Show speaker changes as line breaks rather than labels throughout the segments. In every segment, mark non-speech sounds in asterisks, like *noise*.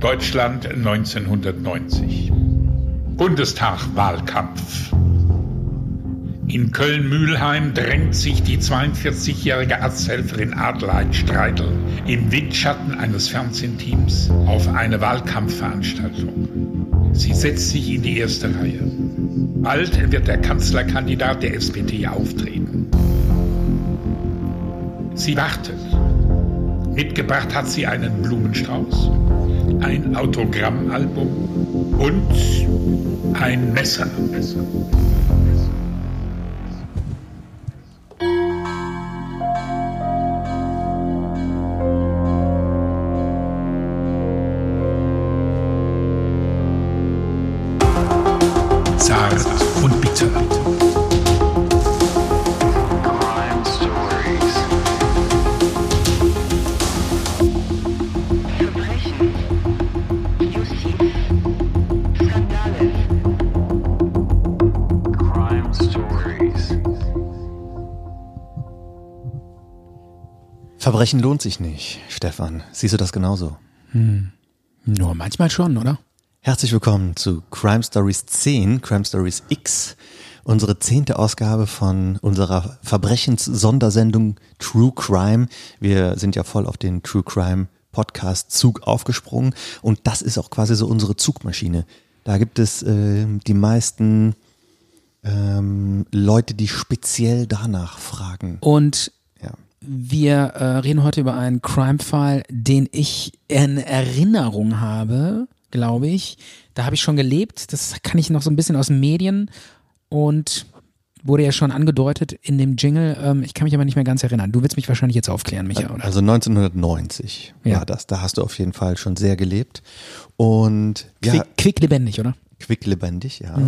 Deutschland 1990. Bundestagwahlkampf. In Köln-Mühlheim drängt sich die 42-jährige Arzthelferin Adelheid Streidel im Windschatten eines Fernsehteams auf eine Wahlkampfveranstaltung. Sie setzt sich in die erste Reihe. Bald wird der Kanzlerkandidat der SPD auftreten. Sie wartet. Mitgebracht hat sie einen Blumenstrauß, ein Autogrammalbum und ein Messer. Zart und bitter.
Crime Stories.
Verbrechen, Justiz, Skandale,
Crime Stories.
Verbrechen lohnt sich nicht, Stefan. Siehst du das genauso?
Nur manchmal schon, oder?
Herzlich willkommen zu Crime Stories 10, Crime Stories X, unsere zehnte Ausgabe von unserer Verbrechens-Sondersendung True Crime. Wir sind ja voll auf den True Crime Podcast Zug aufgesprungen und das ist auch quasi so unsere Zugmaschine. Da gibt es äh, die meisten ähm, Leute, die speziell danach fragen.
Und
Ja.
wir äh, reden heute über einen Crime-Fall, den ich in Erinnerung habe, glaube ich. Da habe ich schon gelebt. Das kann ich noch so ein bisschen aus den Medien und wurde ja schon angedeutet in dem Jingle. Ähm, ich kann mich aber nicht mehr ganz erinnern. Du willst mich wahrscheinlich jetzt aufklären, Micha, oder?
Also 1990
Ja.
war das. Da hast du auf jeden Fall schon sehr gelebt. Und ja,
Quick, quick lebendig, oder?
quicklebendig, ja.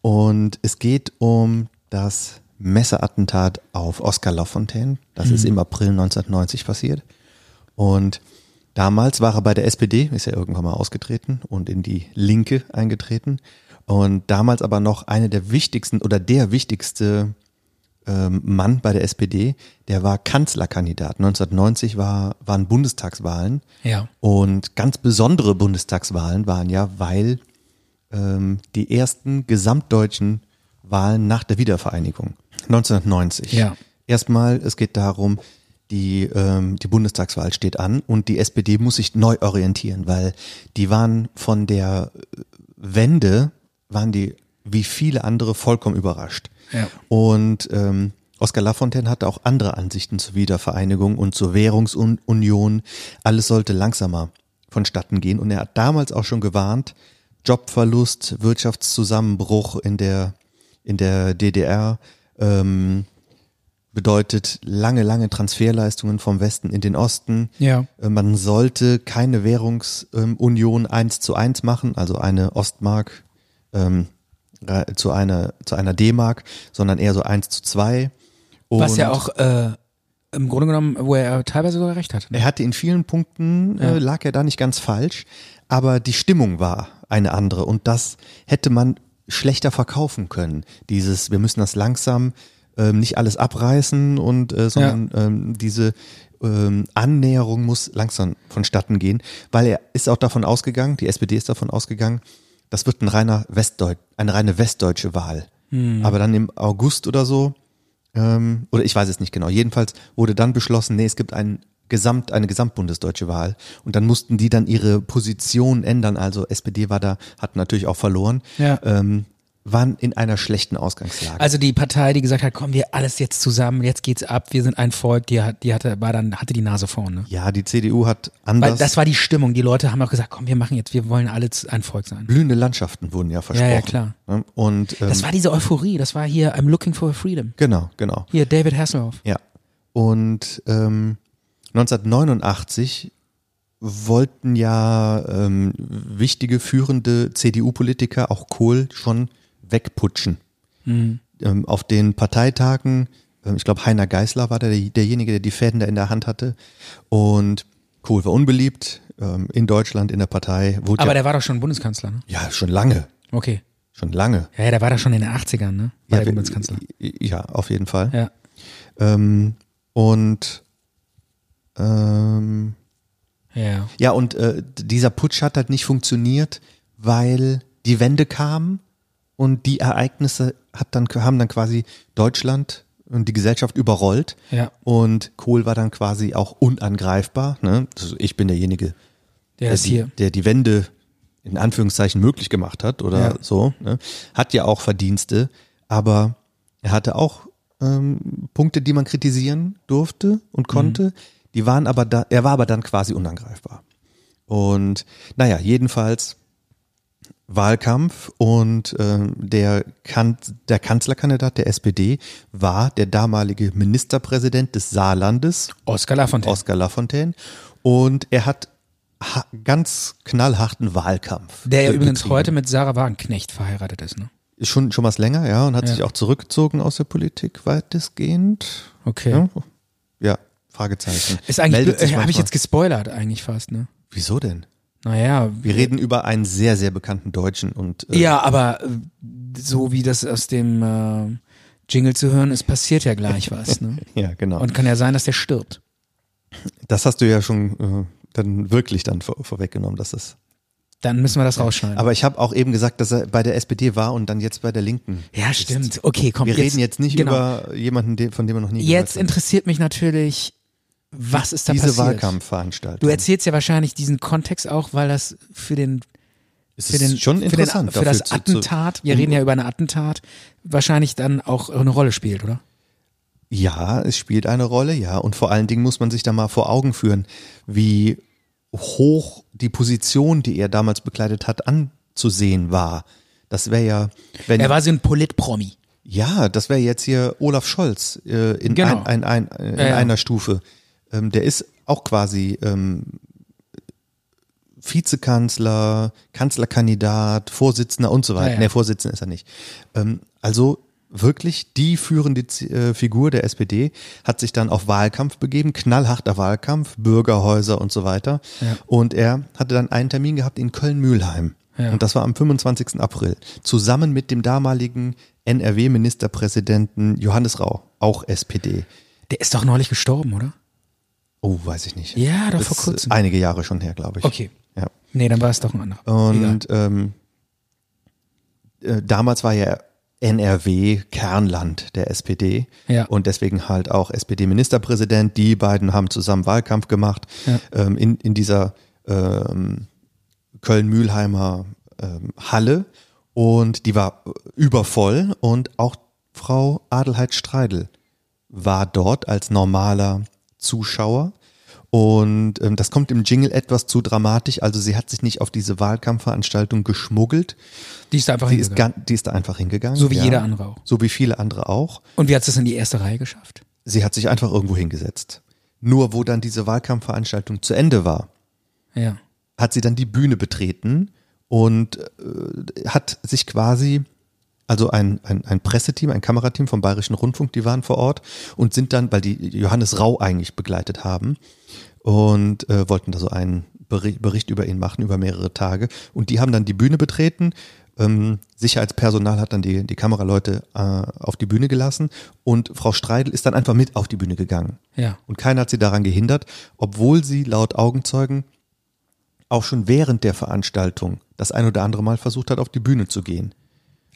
Und es geht um das Messerattentat auf Oskar Lafontaine. Das ist im April 1990 passiert. Und damals war er bei der SPD, ist ja irgendwann mal ausgetreten und in die Linke eingetreten. Und damals aber noch eine der wichtigsten oder der wichtigste ähm, Mann bei der SPD, der war Kanzlerkandidat. 1990 war, waren Bundestagswahlen.
Ja.
Und ganz besondere Bundestagswahlen waren ja, weil ähm, die ersten gesamtdeutschen Wahlen nach der Wiedervereinigung 1990.
Ja.
Erstmal, es geht darum, die, ähm, die Bundestagswahl steht an und die SPD muss sich neu orientieren, weil die waren von der Wende, waren die wie viele andere vollkommen überrascht.
Ja.
Und ähm, Oskar Lafontaine hatte auch andere Ansichten zur Wiedervereinigung und zur Währungsunion. Alles sollte langsamer vonstatten gehen. Und er hat damals auch schon gewarnt, Jobverlust, Wirtschaftszusammenbruch in der, in der DDR ähm, bedeutet lange, lange Transferleistungen vom Westen in den Osten.
Ja.
Äh, Man sollte keine Währungsunion ähm, eins zu eins machen, also eine Ostmark ähm, ra- zu einer zu einer D-Mark, sondern eher so eins zu zwei.
Was ja
Und
auch äh, im Grunde genommen, wo er teilweise sogar recht hat.
Er hatte in vielen Punkten äh, lag er da nicht ganz falsch, aber die Stimmung war eine andere und das hätte man schlechter verkaufen können. Dieses, wir müssen das langsam ähm, nicht alles abreißen und äh, sondern ähm, diese ähm, Annäherung muss langsam vonstatten gehen, weil er ist auch davon ausgegangen, die SPD ist davon ausgegangen, das wird ein reiner Westdeut eine reine westdeutsche Wahl. Aber dann im August oder so, ähm, oder ich weiß es nicht genau, jedenfalls wurde dann beschlossen, nee, es gibt ein Gesamt, eine gesamtbundesdeutsche Wahl und dann mussten die dann ihre Position ändern. Also SPD war da, hat natürlich auch verloren,
Ja.
ähm, waren in einer schlechten Ausgangslage.
Also die Partei, die gesagt hat, kommen wir alles jetzt zusammen, jetzt geht's ab, wir sind ein Volk, die, hat, die hatte, war dann, hatte die Nase ne? vorne.
ja, die CDU hat
Weil
anders.
das, war die Stimmung. Die Leute haben auch gesagt, komm, wir machen jetzt, wir wollen alle z- ein Volk sein.
blühende Landschaften wurden ja versprochen.
klar.
Ne? Und ähm,
Das war diese Euphorie, das war hier I'm looking for freedom.
genau, genau.
Hier David Hasselhoff.
Ja. Und ähm, 1989 wollten ja ähm, wichtige führende CDU-Politiker auch Kohl schon wegputschen.
Mhm.
Ähm, auf den Parteitagen, ähm, ich glaube, Heiner Geißler war der, derjenige, der die Fäden da in der Hand hatte. Und Kohl war unbeliebt ähm, in Deutschland, in der Partei. Wurde
Aber
ja,
der war doch schon Bundeskanzler, ne?
ja, schon lange.
Okay.
Schon lange.
Ja, ja, der war doch schon in den 80ern, ne? War
ja,
der Bundeskanzler.
Ja, auf jeden Fall.
Ja.
Ähm, und ähm,
Ja.
Ja, und äh, dieser Putsch hat halt nicht funktioniert, weil die Wende kam und die Ereignisse hat dann, haben dann quasi Deutschland und die Gesellschaft überrollt.
Ja.
Und Kohl war dann quasi auch unangreifbar. Ne? Also ich bin derjenige,
Der ist
die,
hier.
der die Wende in Anführungszeichen möglich gemacht hat oder
Ja.
so. Ne? Hat ja auch Verdienste, aber er hatte auch ähm, Punkte, die man kritisieren durfte und
Mhm.
konnte. Die waren aber da, er war aber dann quasi unangreifbar. Und naja, jedenfalls Wahlkampf und ähm, der, kan der Kanzlerkandidat der SPD war der damalige Ministerpräsident des Saarlandes,
Oscar Lafontaine.
Oscar Lafontaine. Und er hat ha ganz knallharten Wahlkampf.
der ja übrigens
betrieben.
heute mit Sarah Wagenknecht verheiratet ist, ne?
Ist Schon, schon was länger, ja, und hat
Ja.
sich auch zurückgezogen aus der Politik weitestgehend.
Okay.
Ja, ja Fragezeichen.
Ist eigentlich,
Meldet sich
äh, habe ich
manchmal.
jetzt gespoilert eigentlich fast, ne?
Wieso denn?
Naja,
Wir reden über einen sehr, sehr bekannten Deutschen und äh,
ja, aber äh, so wie das aus dem äh, Jingle zu hören ist, passiert ja gleich was, ne?
ja, genau.
Und kann ja sein, dass der stirbt.
das hast du ja schon äh, dann wirklich dann vor, vorweggenommen, dass das.
Dann müssen wir das rausschneiden.
Aber ich habe auch eben gesagt, dass er bei der SPD war und dann jetzt bei der Linken.
ja, stimmt. Okay, komm.
Wir reden jetzt nicht
genau.
über jemanden, de- von dem man noch nie
Jetzt
gehört hat.
interessiert mich natürlich, was ist da
diese
passiert?
Wahlkampfveranstaltung.
Du erzählst ja wahrscheinlich diesen Kontext auch, weil das für den
Es
für den
ist schon
für,
interessant
den, für
dafür
das
zu-
Attentat. wir reden ja über ein Attentat, wahrscheinlich dann auch eine Rolle spielt, oder?
Zu, ja, es spielt eine Rolle, ja. Und vor allen Dingen muss man sich da mal vor Augen führen, wie hoch die Position, die er damals bekleidet hat, anzusehen war. Das wäre ja, wenn
Er war so ein Politpromi.
ja, das wäre jetzt hier Olaf Scholz äh, in,
Genau.
ein, ein, ein, in
Ja, ja.
einer Stufe. Ähm, der ist auch quasi ähm, Vizekanzler, Kanzlerkandidat, Vorsitzender und so weiter.
Ja, ja.
Nee, Vorsitzender ist er nicht. Ähm, also wirklich die führende Z- äh, Figur der SPD hat sich dann auf Wahlkampf begeben, knallharter Wahlkampf, Bürgerhäuser und so weiter. Und er hatte dann einen Termin gehabt in Köln-Mühlheim.
Ja.
Und das war am 25. April, zusammen mit dem damaligen NRW-Ministerpräsidenten Johannes Rau, auch SPD.
Der ist doch neulich gestorben, oder?
Oh, weiß ich nicht.
Ja, doch
Das
vor
ist
kurzem.
Einige Jahre schon her, glaube ich.
Okay.
Ja.
Nee, dann war es doch ein anderer. Egal.
Und ähm, äh, damals war ja NRW Kernland der SPD
Ja.
und deswegen halt auch SPD-Ministerpräsident. Die beiden haben zusammen Wahlkampf gemacht
Ja.
ähm, in, in dieser ähm, Köln-Mühlheimer ähm, Halle und die war übervoll und auch Frau Adelheid Streidel war dort als normaler Zuschauer. Und ähm, das kommt im Jingle etwas zu dramatisch. Also sie hat sich nicht auf diese Wahlkampfveranstaltung geschmuggelt.
Die ist da einfach
Die ist,
hingegangen.
gan- die ist da einfach hingegangen.
So wie jeder andere auch.
So wie viele andere auch.
Und wie hat es in die erste Reihe geschafft?
Sie hat sich einfach irgendwo hingesetzt. Nur wo dann diese Wahlkampfveranstaltung zu Ende war,
Ja.
hat sie dann die Bühne betreten und äh, hat sich quasi, also ein, ein, ein Presseteam, ein Kamerateam vom Bayerischen Rundfunk, die waren vor Ort und sind dann, weil die Johannes Rau eigentlich begleitet haben und äh, wollten da so einen Beri- Bericht über ihn machen, über mehrere Tage. Und die haben dann die Bühne betreten. Ähm, Sicherheitspersonal hat dann die, die Kameraleute äh, auf die Bühne gelassen und Frau Streidel ist dann einfach mit auf die Bühne gegangen.
Ja.
Und keiner hat sie daran gehindert, obwohl sie laut Augenzeugen auch schon während der Veranstaltung das ein oder andere Mal versucht hat, auf die Bühne zu gehen.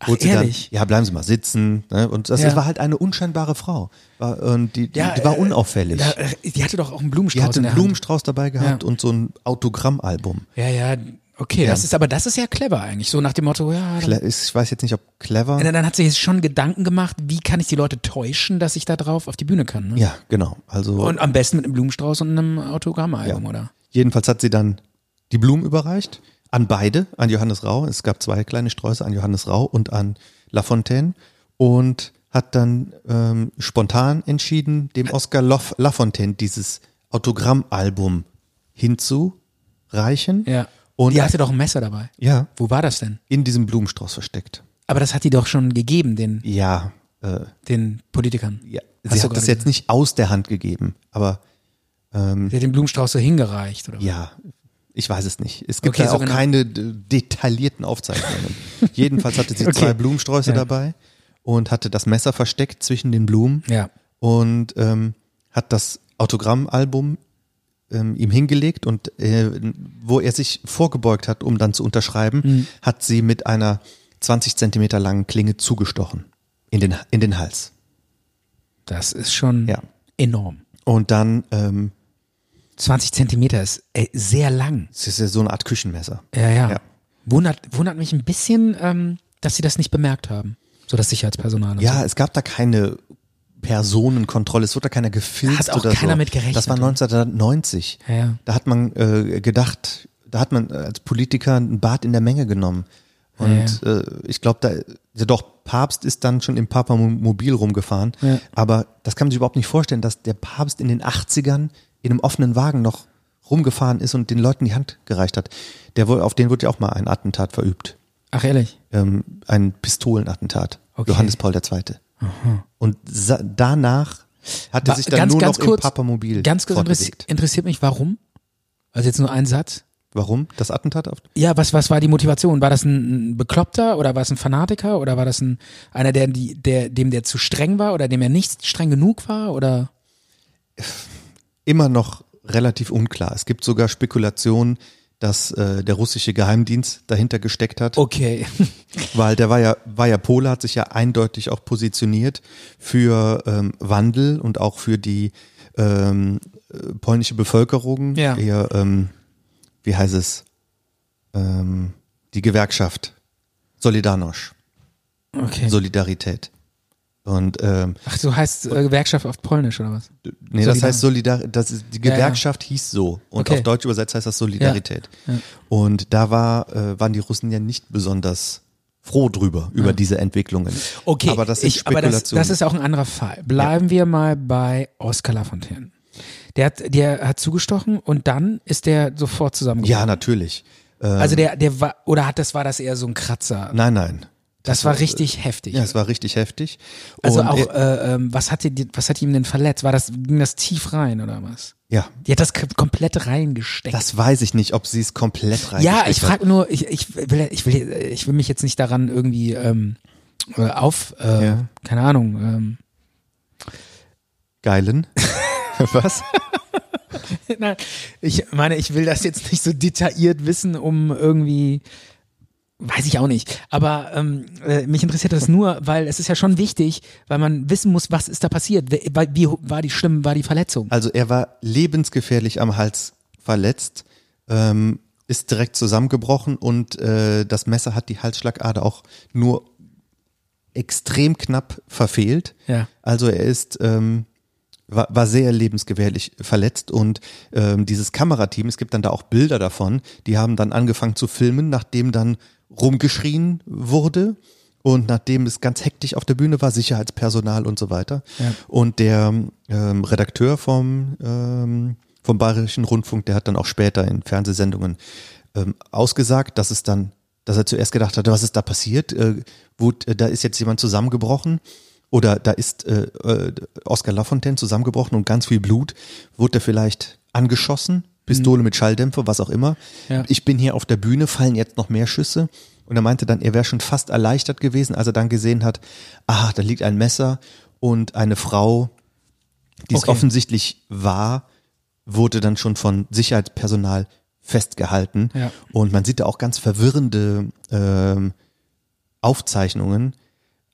Ach,
ehrlich?
Dann, ja, bleiben Sie mal sitzen. Ne? Und das,
Ja.
das war halt eine unscheinbare Frau. War, und die, die, die war
äh,
unauffällig.
da- äh, die hatte doch auch einen
die
Blumenstrauß
hatte
in der
einen Blumenstrauß dabei gehabt
Ja.
und so ein Autogrammalbum.
Hand. Ja, ja. Okay, das ist aber das ist ja clever eigentlich. So nach dem Motto, ja, dann,
Cle- ist- Ich weiß jetzt nicht, ob clever.
dann, dann hat sie jetzt schon Gedanken gemacht, wie kann ich die Leute täuschen, dass ich da drauf auf die Bühne kann. Ne?
Ja, genau. Also
Und am besten mit einem Blumenstrauß und einem Autogrammalbum,
Ja.
oder?
Jedenfalls hat sie dann die Blumen überreicht an beide, an Johannes Rau. Es gab zwei kleine Sträuße an Johannes Rau und an Lafontaine und hat dann ähm, spontan entschieden, dem Oscar Lof Lafontaine dieses Autogrammalbum hinzureichen.
Ja.
Und
die hatte doch ein Messer dabei.
ja
Wo war das denn?
in diesem Blumenstrauß versteckt.
Aber das hat die doch schon gegeben, den,
Ja, äh,
den Politikern.
ja.
Hast
sie
du
hat das
gerade
jetzt nicht aus der Hand gegeben, aber
Sie hat den Blumenstrauß so hingereicht, oder? was?
Ja, ich weiß es nicht. Es gibt
Okay,
ja
so
auch
genau.
keine d- detaillierten Aufzeichnungen.
*laughs*
Jedenfalls hatte sie
Okay.
zwei Blumensträuße
Ja.
dabei und hatte das Messer versteckt zwischen den Blumen
Ja.
und ähm, hat das Autogrammalbum ähm, ihm hingelegt und äh, wo er sich vorgebeugt hat, um dann zu unterschreiben,
Mhm.
hat sie mit einer 20 Zentimeter langen Klinge zugestochen in den, in den Hals.
Das ist schon
Ja.
enorm.
Und dann, ähm,
20 Zentimeter ist äh, sehr lang.
es ist ja so eine Art Küchenmesser.
Ja, ja.
Ja.
Wundert, wundert mich ein bisschen, ähm, dass sie das nicht bemerkt haben. So das Sicherheitspersonal. und
Ja, es gab da keine Personenkontrolle, es wurde da keiner gefilzt
Hat auch
oder
keiner
so.
mit gerechnet,
Das war
oder?
1990.
Ja, ja.
Da hat man äh, gedacht, da hat man äh, als Politiker einen Bart in der Menge genommen. Und äh, ich glaube, da, ja doch, Papst ist dann schon im Papamobil rumgefahren.
Ja.
Aber das kann man sich überhaupt nicht vorstellen, dass der Papst in den 80ern in einem offenen Wagen noch rumgefahren ist und den Leuten die Hand gereicht hat. Der, wurde- auf den wurde ja auch mal ein Attentat verübt
So. Ach ehrlich.
ähm, ein Pistolenattentat.
Okay.
Johannes Paul II. Und sa- danach hat er sich dann nur noch im Papamobil
Ganz kurz interessi
fortbewegt.
interessiert mich, warum? Also jetzt nur ein Satz.
Warum? Das Attentat auf?
Ja, was, was war die Motivation? War das ein, ein Bekloppter oder war es ein Fanatiker oder war das ein einer, der, die, der dem der zu streng war oder dem er nicht streng genug war? Oder
Immer noch relativ unklar. Es gibt sogar Spekulationen, dass äh, der russische Geheimdienst dahinter gesteckt hat,
okay.
weil der war ja, war ja Pole, hat sich ja eindeutig auch positioniert für ähm, Wandel und auch für die ähm, äh, polnische Bevölkerung.
Ja.
Eher, ähm, wie heißt es? Ähm, die Gewerkschaft. Solidarność.
*laughs* okay.
Solidarität. Und ähm,
Ach, so heißt äh, Gewerkschaft auf Polnisch oder was?
nee, das heißt Solidar das ist, die
Ja, ja.
Gewerkschaft hieß so und
Okay.
auf Deutsch übersetzt heißt das Solidarität. Und da war äh, waren die Russen ja nicht besonders froh drüber über diese Entwicklungen.
Okay,
aber das sind
ich, aber das,
Spekulationen.
das ist auch ein anderer Fall. Bleiben wir mal bei Oscar Lafontaine. Der hat, der hat zugestochen und dann ist der sofort zusammengebrochen.
ja, natürlich. Äh,
Also der, der war, oder hat das war das eher so ein Kratzer?
nein, nein.
das war richtig heftig.
Ja, es war richtig heftig.
also
Und
auch,
er-
äh, ähm, was hatte, die- was hat ihm denn verletzt? War das, ging das tief rein oder was?
ja,
Die hat das k- komplett reingesteckt.
das weiß ich nicht, ob sie es komplett rein.
ja, ich frage nur, ich, ich, will, ich, will, ich will mich jetzt nicht daran irgendwie ähm, äh, auf, äh,
Ja.
keine Ahnung, ähm, *laughs*
Geilen. Was?
Nein, ich meine, ich will das jetzt nicht so detailliert wissen, um irgendwie, weiß ich auch nicht. Aber ähm, äh, mich interessiert das nur, weil es ist ja schon wichtig, weil man wissen muss, was ist da passiert, wie, wie ho- war die schlimm, war die Verletzung.
Also er war lebensgefährlich am Hals verletzt, ähm, ist direkt zusammengebrochen und äh, das Messer hat die Halsschlagader auch nur extrem knapp verfehlt.
Ja.
Also er ist ähm, war, war sehr lebensgefährlich verletzt und ähm, dieses Kamerateam, es gibt dann da auch Bilder davon, die haben dann angefangen zu filmen, nachdem dann rumgeschrien wurde und nachdem es ganz hektisch auf der Bühne war, Sicherheitspersonal und so weiter. Und der ähm, Redakteur vom, ähm, vom Bayerischen Rundfunk, der hat dann auch später in Fernsehsendungen ähm, ausgesagt, dass es dann, dass er zuerst gedacht hatte, was ist da passiert? Äh, wurde, äh, da ist jetzt jemand zusammengebrochen oder da ist äh, äh, Oscar Lafontaine zusammengebrochen und ganz viel Blut. Wurde er vielleicht angeschossen? Pistole mit Schalldämpfer, was auch immer.
Ja.
Ich bin hier auf der Bühne, fallen jetzt noch mehr Schüsse. Und er meinte dann, er wäre schon fast erleichtert gewesen, als er dann gesehen hat, ah, da liegt ein Messer und eine Frau, die es
Okay.
offensichtlich war, wurde dann schon von Sicherheitspersonal festgehalten.
Ja.
Und man sieht da auch ganz verwirrende ähm, Aufzeichnungen,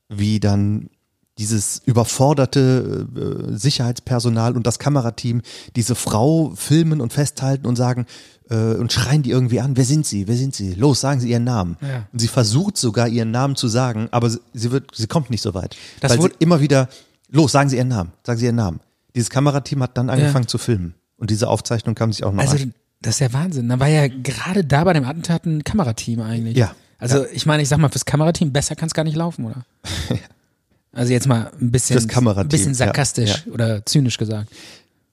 wie dann dieses überforderte äh, Sicherheitspersonal und das Kamerateam diese Frau filmen und festhalten und sagen äh, und schreien die irgendwie an, wer sind sie, wer sind sie, los, sagen sie ihren Namen.
Ja.
Und sie versucht sogar ihren Namen zu sagen, aber sie, sie wird, sie kommt nicht so weit.
Das
weil sie
wurde-
immer wieder, los, sagen sie ihren Namen, sagen sie ihren Namen. Dieses Kamerateam hat dann angefangen zu filmen und diese Aufzeichnung kam sich auch noch
Also
an.
das ist ja Wahnsinn. Da war ja gerade da bei dem Attentat ein Kamerateam eigentlich.
Ja.
Also ich meine, ich sag mal, fürs Kamerateam besser kann es gar nicht laufen,
*laughs*
oder? Also jetzt mal ein bisschen,
Fürs Kamerateam,
ein bisschen
ja,
sarkastisch oder zynisch gesagt.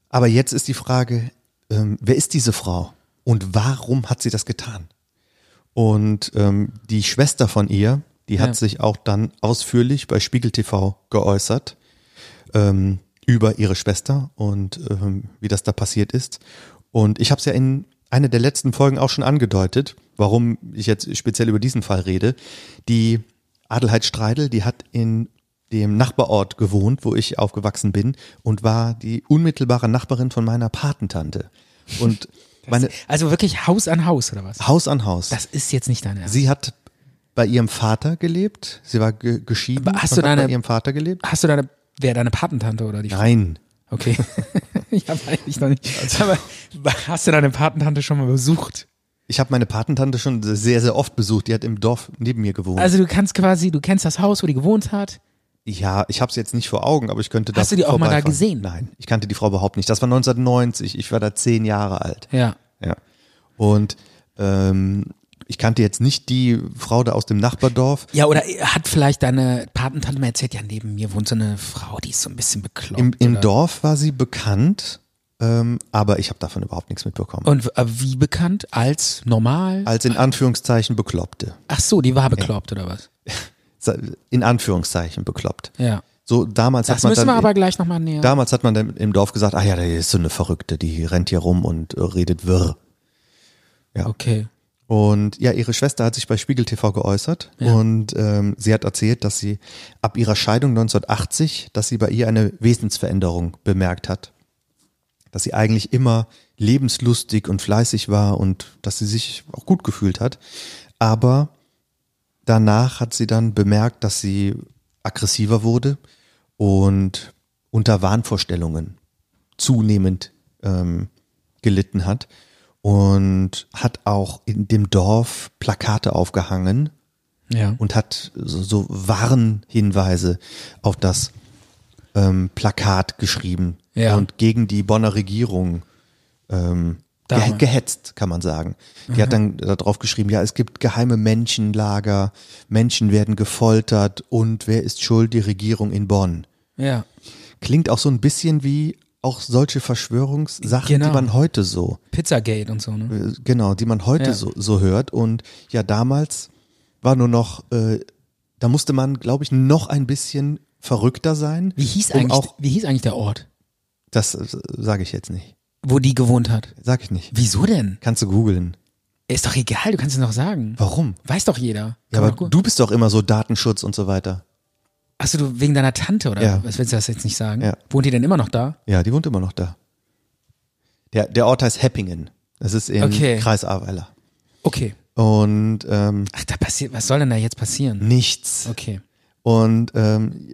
Aber jetzt ist die Frage, ähm, wer ist diese Frau und warum hat sie das getan? Und ähm, die Schwester von ihr, die
Ja.
hat sich auch dann ausführlich bei Spiegel TV geäußert ähm, über ihre Schwester und ähm, wie das da passiert ist. Und ich habe es ja in einer der letzten Folgen auch schon angedeutet, warum ich jetzt speziell über diesen Fall rede. Die Adelheid Streidel, die hat in dem Nachbarort gewohnt, wo ich aufgewachsen bin und war die unmittelbare Nachbarin von meiner Patentante. Und
*laughs*
meine
Also wirklich Haus an Haus oder was?
Haus an Haus.
Das ist jetzt nicht dein Ernst.
Sie hat bei ihrem Vater gelebt. Sie war ge geschieden.
Aber hast du
und
Ah.
hat
deine-
bei ihrem Vater gelebt?
Hast du deine, wer deine Patentante oder die?
Nein.
Okay. *laughs* ich habe eigentlich noch nicht. Aber hast du deine Patentante schon mal besucht?
Ich habe meine Patentante schon sehr, sehr oft besucht. Die hat im Dorf neben mir gewohnt.
Also du kannst quasi, du kennst das Haus, wo die gewohnt hat.
ja, ich habe es jetzt nicht vor Augen, aber ich könnte das
Hast du die auch mal da gesehen?
Nein, ich kannte die Frau überhaupt nicht. Das war 1990. Ich war da zehn Jahre alt.
Ja.
Ja. Und ähm, ich kannte jetzt nicht die Frau da aus dem Nachbardorf.
Ja, oder hat vielleicht deine Patentante mir erzählt, ja, neben mir wohnt so eine Frau, die ist so ein bisschen bekloppt.
Im, im
oder-
Dorf war sie bekannt, ähm, aber ich habe davon überhaupt nichts mitbekommen.
Und w- äh, wie bekannt? Als normal?
Als in Anführungszeichen Bekloppte.
Ach so, die war bekloppt oder was?
Se- In Anführungszeichen bekloppt.
Ja.
So damals
Das
hat man
müssen wir
dann,
aber gleich nochmal näher.
damals hat man dann im Dorf gesagt, ah ja, da ist so eine Verrückte, die rennt hier rum und äh, redet wirr.
okay.
Und ja, ihre Schwester hat sich bei Spiegel TV geäußert und ähm, sie hat erzählt, dass sie ab ihrer Scheidung 1980, dass sie bei ihr eine Wesensveränderung bemerkt hat. Dass sie eigentlich immer lebenslustig und fleißig war und dass sie sich auch gut gefühlt hat. Aber danach hat sie dann bemerkt, dass sie aggressiver wurde und unter Wahnvorstellungen zunehmend ähm, gelitten hat und hat auch in dem Dorf Plakate aufgehangen
Ja.
und hat so, so Warnhinweise auf das ähm, Plakat geschrieben
Ja.
und gegen die Bonner Regierung ähm,
Damals. Mhm.
ge gehetzt, kann man sagen. Die hat dann darauf geschrieben, ja, es gibt geheime Menschenlager, Menschen werden gefoltert und wer ist schuld? Die Regierung in Bonn.
ja.
Klingt auch so ein bisschen wie auch solche Verschwörungssachen,
Genau.
die man heute so
Pizzagate und so, ne?
äh, genau, die man heute
Ja.
so, so hört. Und ja, damals war nur noch, äh, da musste man, glaube ich, noch ein bisschen verrückter sein.
Wie hieß,
um
eigentlich,
auch,
wie hieß eigentlich der Ort,
das äh, sage ich jetzt nicht.
wo die gewohnt hat?
Sag ich nicht.
Wieso denn?
Kannst du googeln.
Ist doch egal, du kannst es noch sagen.
Warum?
Weiß doch jeder.
Ja,
Kann man
aber
doch gut-
du bist doch immer so Datenschutz und so weiter.
Achso, du wegen deiner Tante oder
Ja.
was willst du das jetzt nicht sagen?
Ja.
Wohnt die denn immer noch da?
Ja, die wohnt immer noch da. Der, der Ort heißt Heppingen. Das ist im
Okay.
Kreis Ahrweiler.
Okay.
Und ähm,
Ach, da passiert, was soll denn da jetzt
Hm.
passieren?
nichts.
Okay.
Hm. Und ähm,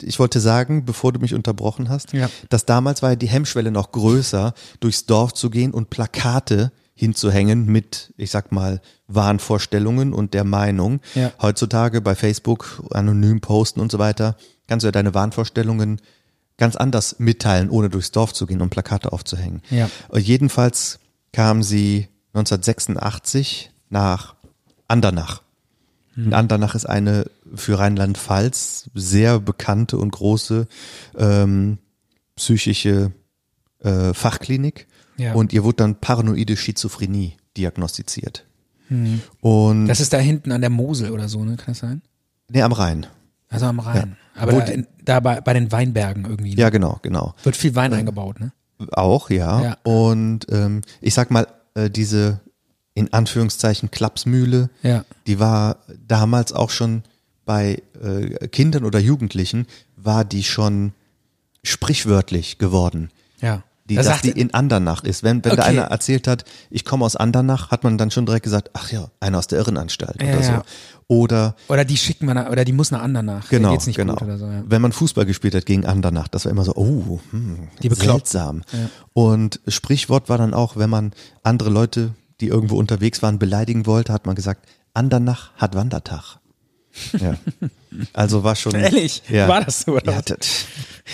ich wollte sagen, bevor du mich unterbrochen hast,
Ja.
dass damals war ja die Hemmschwelle noch größer, durchs Dorf zu gehen und Plakate hinzuhängen mit, ich sag mal, Wahnvorstellungen und der Meinung.
Ja.
Heutzutage bei Facebook anonym posten und so weiter, kannst du ja deine Wahnvorstellungen ganz anders mitteilen, ohne durchs Dorf zu gehen und Plakate aufzuhängen.
Ja.
Und jedenfalls kam sie 1986 nach Andernach.
Hm.
In Andernach ist eine für Rheinland-Pfalz sehr bekannte und große ähm, psychische äh, Fachklinik.
Ja.
Und ihr wurde dann paranoide Schizophrenie diagnostiziert. Und
Hm. Das ist da hinten an der Mosel oder so, ne? Kann das sein?
nee, am Rhein.
Also am Rhein. Aber
Wo
da,
die-
in, da bei, bei den Weinbergen irgendwie. Ne?
Ja, genau, genau.
Wird viel Wein eingebaut, ne?
Auch, ja.
Ja.
Und ähm, ich sag mal, äh, diese in Anführungszeichen Klapsmühle,
Ja.
die war damals auch schon bei äh, Kindern oder Jugendlichen, war die schon sprichwörtlich geworden.
Ja.
Die,
Da
dass
sagt-
die in Andernach ist. Wenn, wenn da
Okay.
einer erzählt hat, ich komme aus Andernach, hat man dann schon direkt gesagt, ach ja, einer aus der Irrenanstalt
Ja,
oder so.
ja.
Oder
oder die schicken wir nach, oder die muss nach Andernach.
Genau,
Da geht's nicht
genau.
gut oder so, ja.
Wenn man Fußball gespielt hat gegen Andernach, das war immer so, oh, hm,
Die bekloppt.
seltsam. Und Sprichwort war dann auch, wenn man andere Leute, die irgendwo unterwegs waren, beleidigen wollte, hat man gesagt, Andernach
*laughs*
hat Wandertag. Ja. Also war schon.
Ehrlich? War das so, oder
Ja,
was?
das-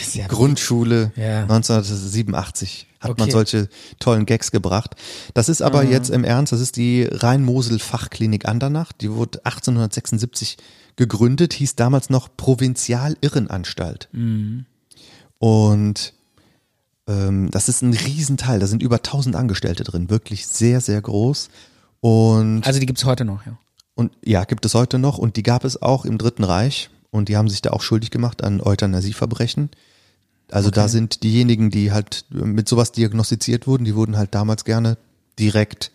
Ist ja-
Grundschule
Ja.
1987 hat
Okay.
man solche tollen Gags gebracht. Das ist aber jetzt im Ernst, das ist die Rhein-Mosel-Fachklinik Andernach. Die wurde 1876 gegründet, hieß damals noch Provinzial-Irrenanstalt. Und ähm, das ist ein Riesenteil, da sind über 1000 Angestellte drin, wirklich sehr, sehr groß. Und
Also die gibt's heute noch, ja.
und ja, gibt es heute noch und die gab es auch im Dritten Reich und die haben sich da auch schuldig gemacht an Euthanasieverbrechen. Also da sind diejenigen, die halt mit sowas diagnostiziert wurden, die wurden halt damals gerne direkt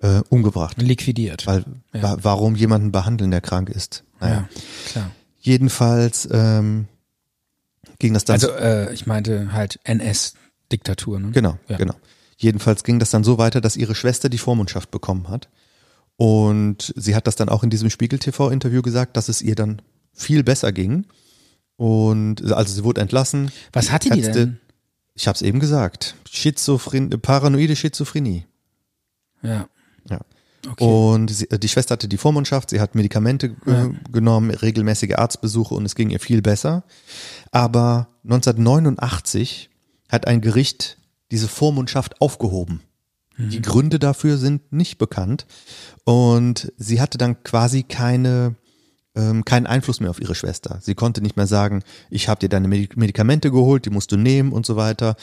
äh, umgebracht.
Liquidiert.
Weil wa warum jemanden behandeln, der krank ist? Naja.
ja, klar.
Jedenfalls ähm, ging das dann
Also äh, ich meinte halt NS-Diktatur, ne?
Genau,
ja.
genau. Jedenfalls ging das dann so weiter, dass ihre Schwester die Vormundschaft bekommen hat. Und sie hat das dann auch in diesem Spiegel-TV-Interview gesagt, dass es ihr dann viel besser ging. Und also sie wurde entlassen.
Was hatte die
Ärzte-
denn?
Ich habe es eben gesagt. Schizophren paranoide Schizophrenie.
Ja.
Ja.
Okay.
Und sie, äh, die Schwester hatte die Vormundschaft, sie hat Medikamente äh, genommen, regelmäßige Arztbesuche und es ging ihr viel besser. Aber 1989 hat ein Gericht diese Vormundschaft aufgehoben. Die Gründe dafür sind nicht bekannt und sie hatte dann quasi keine ähm, keinen Einfluss mehr auf ihre Schwester. Sie konnte nicht mehr sagen, ich habe dir deine Medi- Medikamente geholt, die musst du nehmen und so weiter.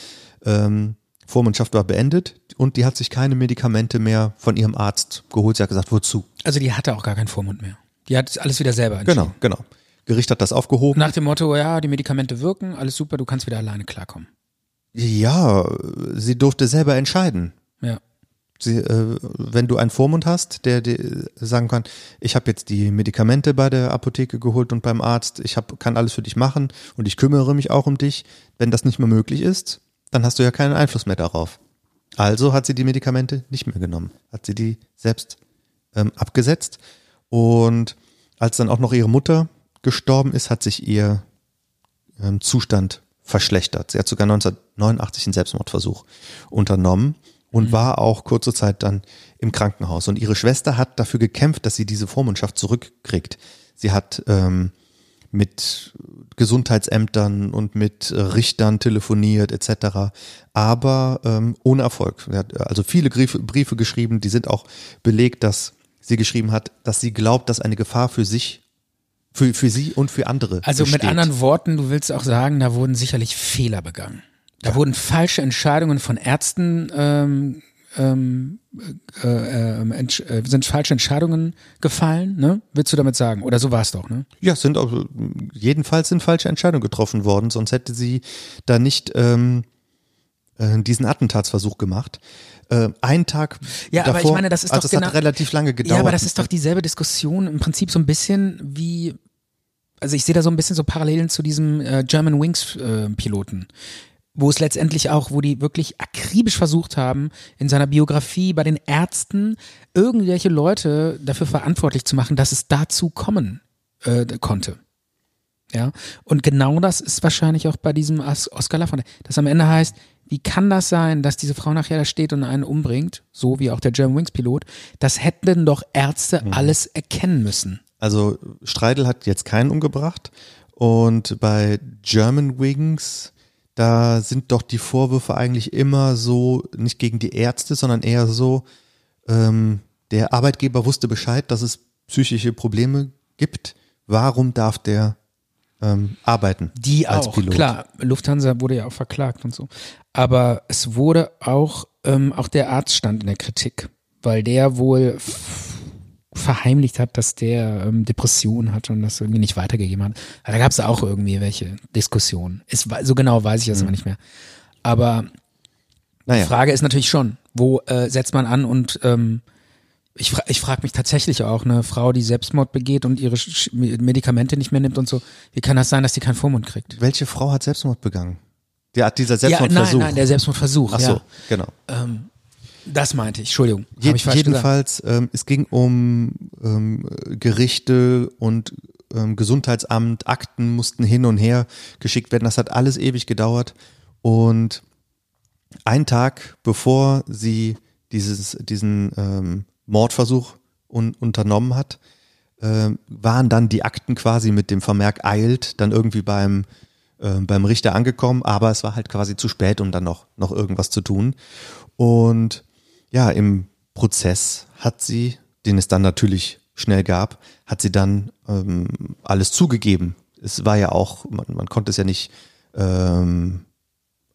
Ähm, Vormundschaft war beendet und die hat sich keine Medikamente mehr von ihrem Arzt geholt. Sie hat gesagt, wozu?
Also die hatte auch gar keinen Vormund mehr. Die hat alles wieder selber entschieden.
Genau, genau. Gericht hat das aufgehoben.
Nach dem Motto, ja, die Medikamente wirken, alles super, du kannst wieder alleine klarkommen.
Ja, sie durfte selber entscheiden.
Ja.
Sie, äh, wenn du einen Vormund hast, der dir sagen kann, ich habe jetzt die Medikamente bei der Apotheke geholt und beim Arzt, ich hab, kann alles für dich machen und ich kümmere mich auch um dich, wenn das nicht mehr möglich ist, dann hast du ja keinen Einfluss mehr darauf. Also hat sie die Medikamente nicht mehr genommen, hat sie die selbst ähm, abgesetzt und als dann auch noch ihre Mutter gestorben ist, hat sich ihr ähm, Zustand verschlechtert. Sie hat sogar 1989 einen Selbstmordversuch unternommen
Mhm.
und war auch kurze Zeit dann im Krankenhaus. Und ihre Schwester hat dafür gekämpft, dass sie diese Vormundschaft zurückkriegt. Sie hat ähm, mit Gesundheitsämtern und mit äh, Richtern telefoniert etc. Aber ähm, ohne Erfolg. Sie hat also viele Briefe, Briefe geschrieben, die sind auch belegt, dass sie geschrieben hat, dass sie glaubt, dass eine Gefahr für sich, für, für sie und für andere
Also
besteht.
mit anderen Worten, du willst auch sagen, da wurden sicherlich Fehler begangen. Da wurden falsche Entscheidungen von Ärzten, ähm, ähm, äh, ähm, entsch äh, sind falsche Entscheidungen gefallen, ne? Willst du damit sagen? Oder so war es doch, ne?
Ja, es sind auch, jedenfalls sind falsche Entscheidungen getroffen worden, sonst hätte sie da nicht ähm, äh, diesen Attentatsversuch gemacht. Äh, ein Tag
Ja, aber
davor,
ich meine, das ist
also
doch
es hat
genau-
relativ lange gedauert.
Ja, aber das ist doch dieselbe Diskussion im Prinzip so ein bisschen wie, also ich sehe da so ein bisschen so Parallelen zu diesem äh, German Wings äh, Piloten, wo es letztendlich auch, wo die wirklich akribisch versucht haben, in seiner Biografie bei den Ärzten irgendwelche Leute dafür verantwortlich zu machen, dass es dazu kommen äh, konnte. Ja, und genau das ist wahrscheinlich auch bei diesem As- Oscar Lafontaine, das am Ende heißt, wie kann das sein, dass diese Frau nachher da steht und einen umbringt, so wie auch der German Wings Pilot, das hätten doch Ärzte alles erkennen müssen.
Also Streidel hat jetzt keinen umgebracht und bei German Wings, da sind doch die Vorwürfe eigentlich immer so, nicht gegen die Ärzte, sondern eher so, ähm, der Arbeitgeber wusste Bescheid, dass es psychische Probleme gibt. Warum darf der ähm, arbeiten?
Die
als
auch,
Pilot?
klar. Lufthansa wurde ja auch verklagt und so. Aber es wurde auch, ähm, auch der Arzt stand in der Kritik, weil der wohl f- verheimlicht hat, dass der ähm, Depressionen hat und das irgendwie nicht weitergegeben hat. Aber da gab es auch irgendwie welche Diskussionen. Es, war- so genau weiß
Mhm.
ich das immer nicht mehr. Aber
Naja.
Die Frage ist natürlich schon, wo äh, setzt man an und ähm, ich, fra ich frage mich tatsächlich auch, eine Frau, die Selbstmord begeht und ihre Sch Sch- Medikamente nicht mehr nimmt und so, wie kann das sein, dass die keinen Vormund kriegt?
Welche Frau hat Selbstmord begangen? Der hat dieser
Ja,
Selbstmordversuch.
nein, nein, der Selbstmordversuch.
Ach so,
ja. Ähm,
genau.
Das meinte ich, Entschuldigung.
Je
hab ich falsch gesagt.
jedenfalls, ähm, es ging um ähm, Gerichte und ähm, Gesundheitsamt, Akten mussten hin und her geschickt werden. Das hat alles ewig gedauert. Und ein Tag bevor sie dieses, diesen ähm, Mordversuch un unternommen hat, ähm, waren dann die Akten quasi mit dem Vermerk eilt dann irgendwie beim, ähm, beim Richter angekommen, aber es war halt quasi zu spät, um dann noch, noch irgendwas zu tun. Und ja, im Prozess hat sie, den es dann natürlich schnell gab, hat sie dann ähm, alles zugegeben. Es war ja auch, man, man konnte es ja nicht ähm,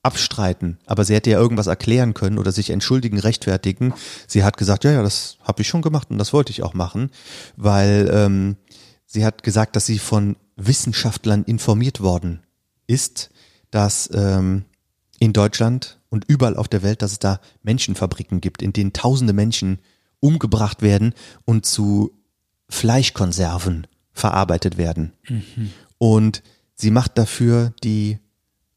abstreiten, aber sie hätte ja irgendwas erklären können oder sich entschuldigen, rechtfertigen. Sie hat gesagt, ja, ja, das habe ich schon gemacht und das wollte ich auch machen, weil ähm, sie hat gesagt, dass sie von Wissenschaftlern informiert worden ist, dass ähm, in Deutschland und überall auf der Welt, dass es da Menschenfabriken gibt, in denen tausende Menschen umgebracht werden und zu Fleischkonserven verarbeitet werden.
Mhm.
Und sie macht dafür die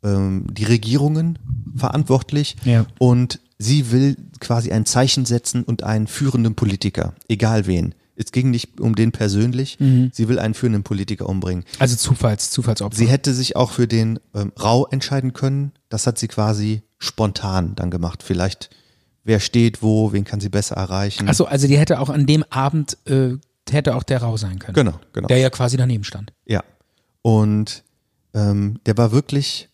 ähm, die Regierungen verantwortlich
Ja.
und sie will quasi ein Zeichen setzen und einen führenden Politiker, egal wen. Es ging nicht um den persönlich,
Mhm.
sie will einen führenden Politiker umbringen.
Also Zufalls, Zufallsopfer.
Sie hätte sich auch für den ähm, Rau entscheiden können. Das hat sie quasi spontan dann gemacht. Vielleicht, wer steht wo, wen kann sie besser erreichen.
Achso, also die hätte auch an dem Abend, äh, hätte auch der Rau sein können.
Genau, genau.
Der ja quasi daneben stand.
Ja. Und ähm, der war wirklich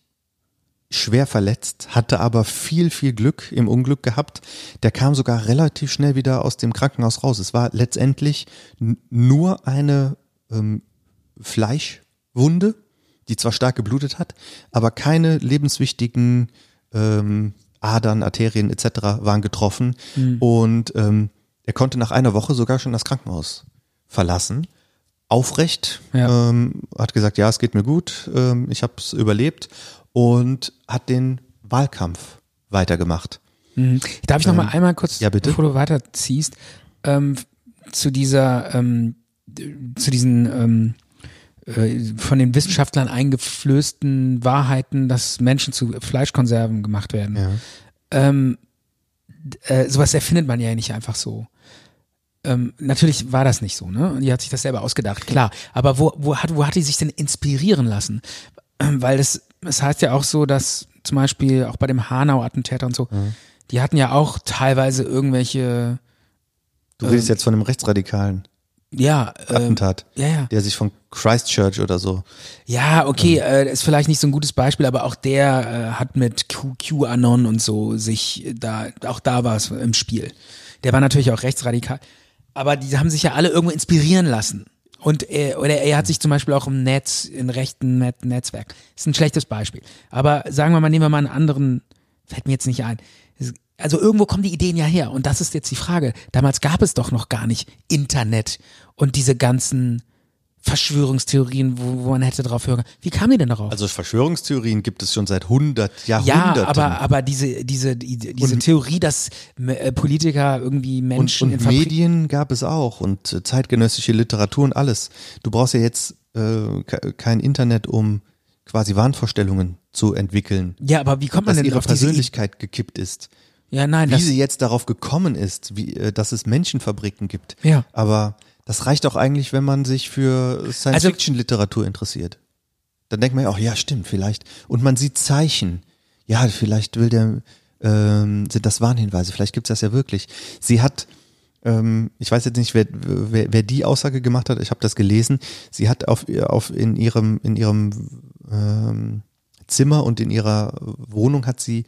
schwer verletzt, hatte aber viel, viel Glück im Unglück gehabt. Der kam sogar relativ schnell wieder aus dem Krankenhaus raus. Es war letztendlich n- nur eine ähm, Fleischwunde, die zwar stark geblutet hat, aber keine lebenswichtigen ähm, Adern, Arterien etc. waren getroffen. Und ähm, er konnte nach einer Woche sogar schon das Krankenhaus verlassen. Aufrecht,
Ja.
ähm, hat gesagt, ja, es geht mir gut, ähm, ich habe es überlebt und hat den Wahlkampf weitergemacht.
Mhm. Darf ich noch mal einmal kurz,
Ähm, ja, bitte.
bevor du weiterziehst, ähm, zu dieser, ähm, d- zu diesen ähm, äh, von den Wissenschaftlern eingeflößten Wahrheiten, dass Menschen zu Fleischkonserven gemacht werden. Ähm, d- äh, sowas erfindet man ja nicht einfach so. Ähm, natürlich war das nicht so, ne? Und die hat sich das selber ausgedacht, klar. Aber wo, wo, hat, wo hat die sich denn inspirieren lassen? Ähm, Weil das, es heißt ja auch so, dass zum Beispiel auch bei dem Hanau-Attentäter und so, die hatten ja auch teilweise irgendwelche,
Du redest jetzt von einem rechtsradikalen
ja, ähm,
Attentat,
ja, ja.
der sich von Christchurch oder so.
Ja, okay, äh, ist vielleicht nicht so ein gutes Beispiel, aber auch der äh, hat mit Q- QAnon und so sich äh, da, auch da war es im Spiel. Der war natürlich auch rechtsradikal, aber die haben sich ja alle irgendwo inspirieren lassen. Und er, oder er hat sich zum Beispiel auch im Netz, in rechten Net Netzwerk. Ist ein schlechtes Beispiel. Aber sagen wir mal, nehmen wir mal einen anderen, fällt mir jetzt nicht ein. Es- Also irgendwo kommen die Ideen ja her. Und das ist jetzt die Frage. Damals gab es doch noch gar nicht Internet und diese ganzen Verschwörungstheorien, wo, wo man hätte drauf hören. können. Wie kam die denn darauf?
Also Verschwörungstheorien gibt es schon seit 100 Jahrhunderten.
ja, aber, aber diese, diese, die- diese Theorie, dass äh, Politiker irgendwie
und,
Menschen in
und
Fabri-
Medien gab es auch und äh, zeitgenössische Literatur und alles. Du brauchst ja jetzt äh, ke- kein Internet, um quasi Wahnvorstellungen zu entwickeln,
Ja, aber wie kommt man
dass
denn
ihre
auf diese I-
Persönlichkeit gekippt ist.
Ja, nein,
wie
das,
sie jetzt darauf gekommen ist, wie, äh, dass es Menschenfabriken gibt.
Ja.
Aber das reicht auch eigentlich, wenn man sich für Science-Fiction-Literatur interessiert. Dann denkt man ja auch, ja, stimmt, vielleicht. Und man sieht Zeichen. Ja, vielleicht will der, ähm, sind das Warnhinweise, vielleicht gibt's das ja wirklich. Sie hat, ähm, ich weiß jetzt nicht, wer, wer, wer die Aussage gemacht hat, ich habe das gelesen, sie hat auf, ihr- auf in ihrem, in ihrem ähm, Zimmer und in ihrer Wohnung hat sie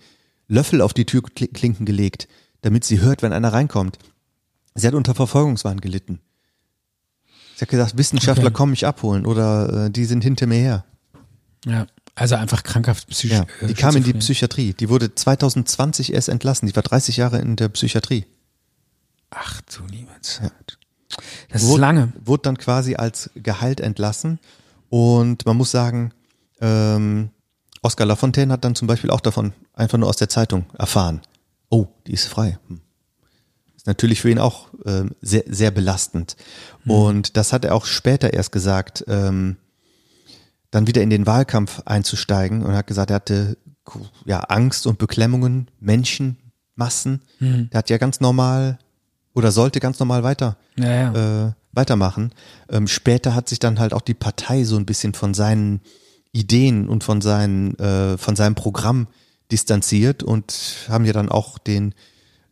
Löffel auf die Türklinken gelegt, damit sie hört, wenn einer reinkommt. Sie hat unter Verfolgungswahn gelitten. Sie hat gesagt, Wissenschaftler
Okay.
kommen mich abholen oder äh, die sind hinter mir her.
ja, also einfach krankhaft psychisch.
Ja,
äh,
die kam in die
schizophren.
Psychiatrie. Die wurde 2020 erst entlassen. Die war 30 Jahre in der Psychiatrie.
Ach du liebe Zeit. Das ist
Wurde-
lange.
Wurde dann quasi als Gehalt entlassen. Und man muss sagen, ähm, Oscar Lafontaine hat dann zum Beispiel auch davon einfach nur aus der Zeitung erfahren. Oh, die ist frei. Hm. Ist natürlich für ihn auch ähm, sehr, sehr belastend.
Hm.
Und das hat er auch später erst gesagt, ähm, dann wieder in den Wahlkampf einzusteigen und hat gesagt, er hatte ja Angst und Beklemmungen, Menschenmassen.
Hm.
Er hat ja ganz normal oder sollte ganz normal weiter
Ja, ja.
äh, weitermachen. Ähm, später hat sich dann halt auch die Partei so ein bisschen von seinen Ideen und von, seinen, äh, von seinem Programm distanziert und haben ja dann auch den,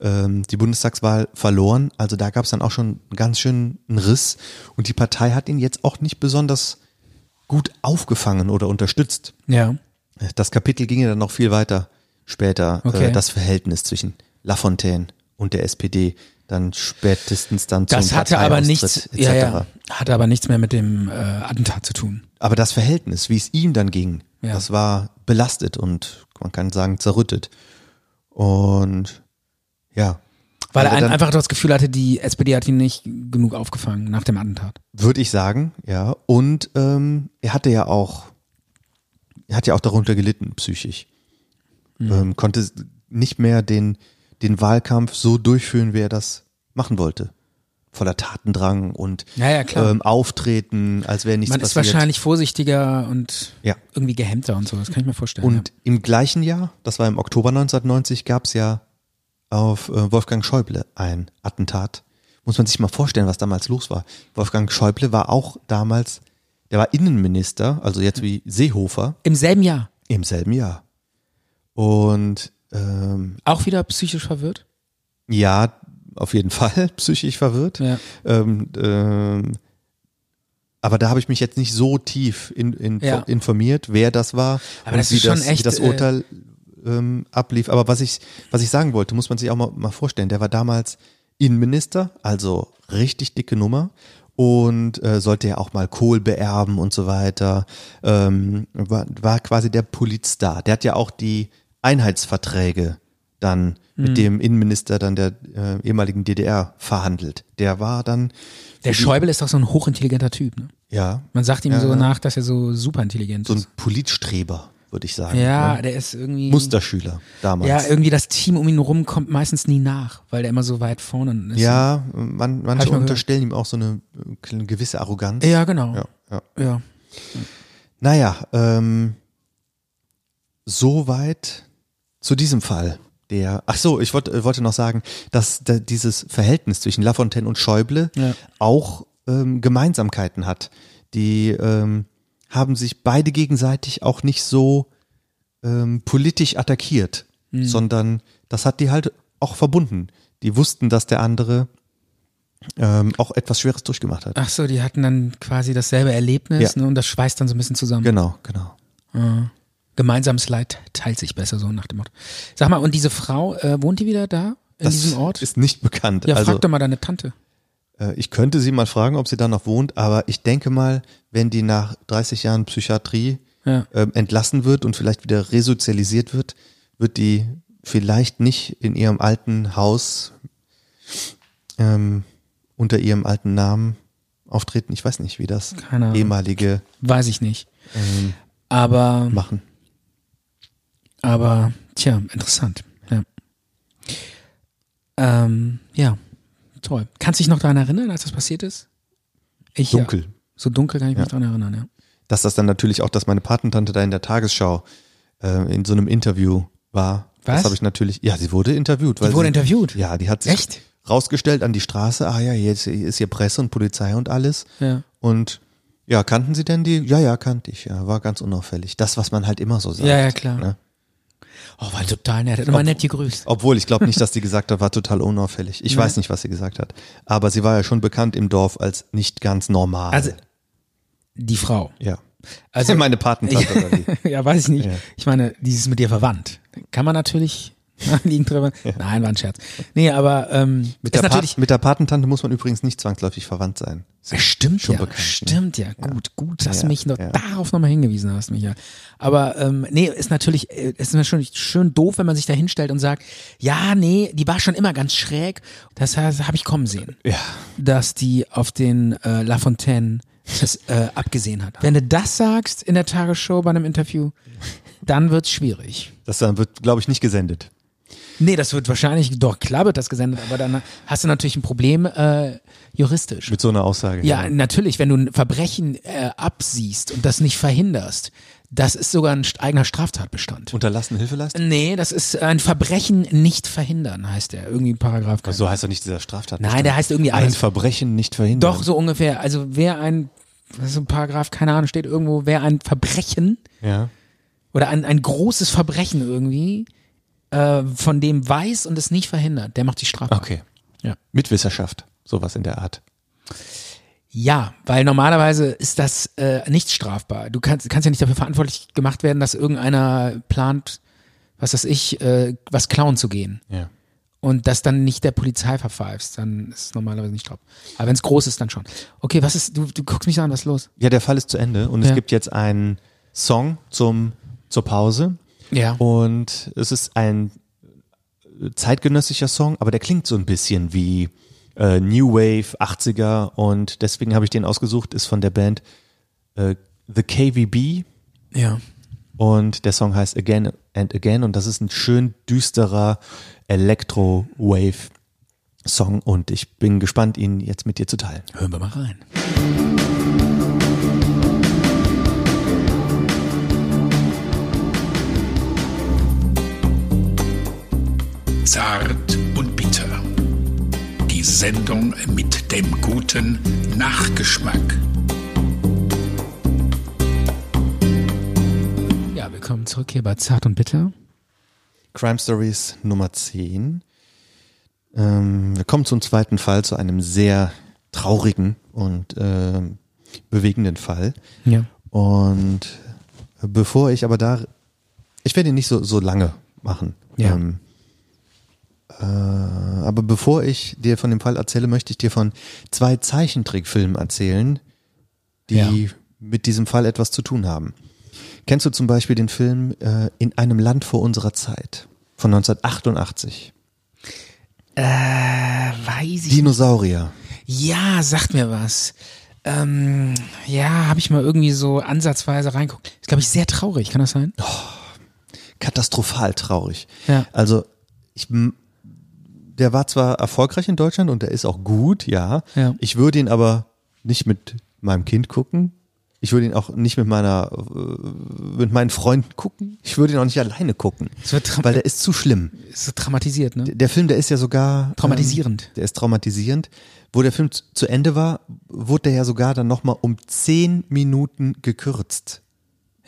ähm, die Bundestagswahl verloren. Also da gab es dann auch schon einen ganz schönen Riss. Und die Partei hat ihn jetzt auch nicht besonders gut aufgefangen oder unterstützt.
Ja.
Das Kapitel ging ja dann noch viel weiter später,
Okay.
äh, das Verhältnis zwischen Lafontaine und der SPD, dann spätestens dann zum
Das hatte aber nichts,
Parteiaustritt, etc.
ja, ja, hatte aber nichts mehr mit dem äh, Attentat zu tun.
Aber das Verhältnis, wie es ihm dann ging,
Ja.
das war belastet und man kann sagen zerrüttet. Und ja,
Weil er
Also
ein,
dann-
einfach das Gefühl hatte, die SPD hat ihn nicht genug aufgefangen nach dem Attentat.
würde ich sagen, ja. Und ähm, er hatte ja auch, er hat ja auch darunter gelitten, psychisch.
Mhm.
Ähm, konnte nicht mehr den, den Wahlkampf so durchführen, wie er das machen wollte. Voller Tatendrang und
Ja, ja, klar.
ähm, Auftreten, als wäre nichts
Man ist
passiert.
wahrscheinlich vorsichtiger und
Ja.
irgendwie gehemmter und so, das kann ich mir vorstellen.
Und im gleichen Jahr, das war im Oktober 1990, gab es ja auf äh, Wolfgang Schäuble ein Attentat. Muss man sich mal vorstellen, was damals los war. Wolfgang Schäuble war auch damals, der war Innenminister, also jetzt wie Seehofer,
Im selben Jahr.
im selben Jahr. Und ähm,
Auch wieder psychisch verwirrt?
ja, auf jeden *laughs* Fall psychisch verwirrt.
Ja.
Ähm, ähm, aber da habe ich mich jetzt nicht so tief in, in,
Ja.
informiert, wer das war
Aber
und
das
wie,
ist schon
das, wie
echt,
das
äh,
Urteil ähm, ablief. Aber was ich, was ich sagen wollte, muss man sich auch mal, mal vorstellen. Der war damals Innenminister, also richtig dicke Nummer und äh, sollte ja auch mal Kohl beerben und so weiter. Ähm, war, war quasi der Politstar. Der hat ja auch die Einheitsverträge dann
Mhm.
mit dem Innenminister dann der äh, ehemaligen DDR verhandelt. Der war dann
Der Schäuble ist doch so ein hochintelligenter Typ, ne?
ja
Man sagt ihm
Ja,
so ne?
ja.
nach, dass er so super intelligent
so ein
ist.
Politstreber, würde ich sagen.
Ja,
ne?
der ist irgendwie.
Musterschüler damals.
Ja, irgendwie das Team um ihn rum kommt meistens nie nach, weil der immer so weit vorne ist.
Ja, man,
Hab
manche
ich mal
unterstellen ihm auch so eine, äh, eine gewisse Arroganz.
Ja, genau.
Ja, ja.
Ja.
Naja, ähm, soweit zu diesem Fall. Der, ach so, ich wollte, äh, wollte noch sagen, dass da dieses Verhältnis zwischen Lafontaine und Schäuble
Ja.
auch ähm, Gemeinsamkeiten hat. Die ähm, haben sich beide gegenseitig auch nicht so ähm, politisch attackiert,
Hm.
sondern das hat die halt auch verbunden. Die wussten, dass der andere ähm, auch etwas Schweres durchgemacht hat.
Ach so, die hatten dann quasi dasselbe Erlebnis
Ja.
ne, und das schweißt dann so ein bisschen zusammen.
Genau, genau.
Gemeinsames Leid teilt sich besser, so nach dem Motto. Sag mal, und diese Frau, äh, wohnt die wieder da? In
das
diesem Ort?
ist nicht bekannt.
ja,
also,
frag doch mal deine Tante.
Äh, Ich könnte sie mal fragen, ob sie da noch wohnt, aber ich denke mal, wenn die nach 30 Jahren Psychiatrie
Ja.
ähm, entlassen wird und vielleicht wieder resozialisiert wird, wird die vielleicht nicht in ihrem alten Haus ähm, unter ihrem alten Namen auftreten. Ich weiß nicht, wie das
Keine Ahnung.
ehemalige ähm,
Weiß ich nicht. aber,
machen.
aber, tja, interessant. Ja. Ähm, ja, toll. Kannst du dich noch daran erinnern, als das passiert ist? Ich,
Dunkel.
Ja, so dunkel kann ich mich daran erinnern, ja.
Dass das dann natürlich auch, dass meine Patentante da in der Tagesschau äh, in so einem Interview war.
Was?
Das habe ich natürlich. Ja, sie wurde interviewt.
Die wurde
sie,
interviewt?
Ja, die hat sich
Echt?
rausgestellt an die Straße. Ah ja, jetzt ist hier Presse und Polizei und alles.
Ja.
Und ja, kannten Sie denn die? Ja, ja, kannte ich. Ja, war ganz unauffällig. Das, was man halt immer so sagt.
Ja, ja, klar.
Ne?
Oh, war total nett. Hat immer nett gegrüßt.
Obwohl, ich glaube
*laughs*
nicht, dass sie gesagt hat, war total unauffällig. Ich weiß nicht, was sie gesagt hat. Aber sie war ja schon bekannt im Dorf als nicht ganz normal.
Also, die Frau. *laughs*
ja.
Also,
*laughs* meine Patentante oder
*laughs*
die.
ja, weiß ich nicht.
Ja.
Ich meine, die ist mit dir verwandt. Kann man
*laughs*
natürlich *laughs* liegen drüber. Nein, war ein Scherz. Nee, aber ähm, ist
Mit der,
natürlich.
Pat mit der Patentante muss man übrigens nicht zwangsläufig verwandt sein.
Ja, stimmt
schon
ja,
bekannt, ne?
stimmt ja. Gut, gut, dass
Ja,
du mich noch
ja.
darauf nochmal hingewiesen hast, Michael. Aber ähm, nee, ist natürlich, äh, ist natürlich schön doof, wenn man sich da hinstellt und sagt, ja, nee, die war schon immer ganz schräg. Das habe ich kommen sehen.
Ja.
dass die auf den äh, La Fontaine das, äh, abgesehen hat. Wenn du das sagst in der Tagesshow bei einem Interview, dann wird's schwierig.
Das dann wird, glaube ich, nicht gesendet.
Nee, das wird wahrscheinlich, doch klar wird das gesendet, aber dann hast du natürlich ein Problem äh, juristisch.
Mit so einer Aussage.
Ja, natürlich, wenn du ein Verbrechen äh, absiehst und das nicht verhinderst, das ist sogar ein st- eigener Straftatbestand.
Unterlassen Hilfe leisten?
nee, das ist ein Verbrechen nicht verhindern, heißt der. Irgendwie Paragraph.
So heißt doch nicht dieser Straftat.
Nein, der heißt irgendwie
Ein
anders.
Verbrechen nicht verhindern.
Doch, so ungefähr. Also wer ein, das ist ein Paragraph, keine Ahnung, steht irgendwo, wer ein Verbrechen
Ja.
oder ein, ein großes Verbrechen irgendwie äh, von dem weiß und es nicht verhindert, der macht die Strafe.
Okay.
Ja.
Mitwisserschaft, sowas in der Art.
Ja, weil normalerweise ist das äh, nicht strafbar. Du kannst, kannst ja nicht dafür verantwortlich gemacht werden, dass irgendeiner plant, was weiß ich, äh, was klauen zu gehen.
Ja.
Und das dann nicht der Polizei verpfeifst, dann ist es normalerweise nicht strafbar. Aber wenn es groß ist, dann schon. Okay, was ist, du, du guckst mich so an, was ist los?
Ja, der Fall ist zu Ende und
Ja.
es gibt jetzt einen Song zum, zur Pause
Ja.
und es ist ein zeitgenössischer Song, aber der klingt so ein bisschen wie äh, New Wave 80er und deswegen habe ich den ausgesucht, ist von der Band äh, The KVB
Ja.
und der Song heißt Again and Again und das ist ein schön düsterer Electro-Wave-Song und ich bin gespannt, ihn jetzt mit dir zu teilen.
Hören wir mal rein.
Sir Zart und bitter. Die Sendung mit dem guten Nachgeschmack.
Ja, willkommen zurück hier bei Zart und Bitter.
Crime Stories Nummer 10. Ähm, wir kommen zum zweiten Fall, zu einem sehr traurigen und ähm, bewegenden Fall.
Ja.
Und bevor ich aber da, ich werde ihn nicht so, so lange machen.
Ja.
Ähm, äh, aber bevor ich dir von dem Fall erzähle, möchte ich dir von zwei Zeichentrickfilmen erzählen, die
Ja.
mit diesem Fall etwas zu tun haben. Kennst du zum Beispiel den Film äh, In einem Land vor unserer Zeit von 1988?
Äh, Weiß ich.
Dinosaurier.
Ja, sagt mir was. Ähm, ja, habe ich mal irgendwie so ansatzweise reingeguckt. Ist, glaube ich, sehr traurig, kann das sein?
katastrophal traurig.
Ja.
Also ich, m- der war zwar erfolgreich in Deutschland und der ist auch gut, ja.
Ja.
Ich würde ihn aber nicht mit meinem Kind gucken. Ich würde ihn auch nicht mit meiner, äh, mit meinen Freunden gucken. Ich würde ihn auch nicht alleine gucken,
Es wird tra
weil der ist zu schlimm.
ist so traumatisiert, ne?
D- Der Film, der ist ja sogar
Traumatisierend.
Ähm, der ist traumatisierend. Wo der Film zu- zu Ende war, wurde der ja sogar dann nochmal um zehn Minuten gekürzt,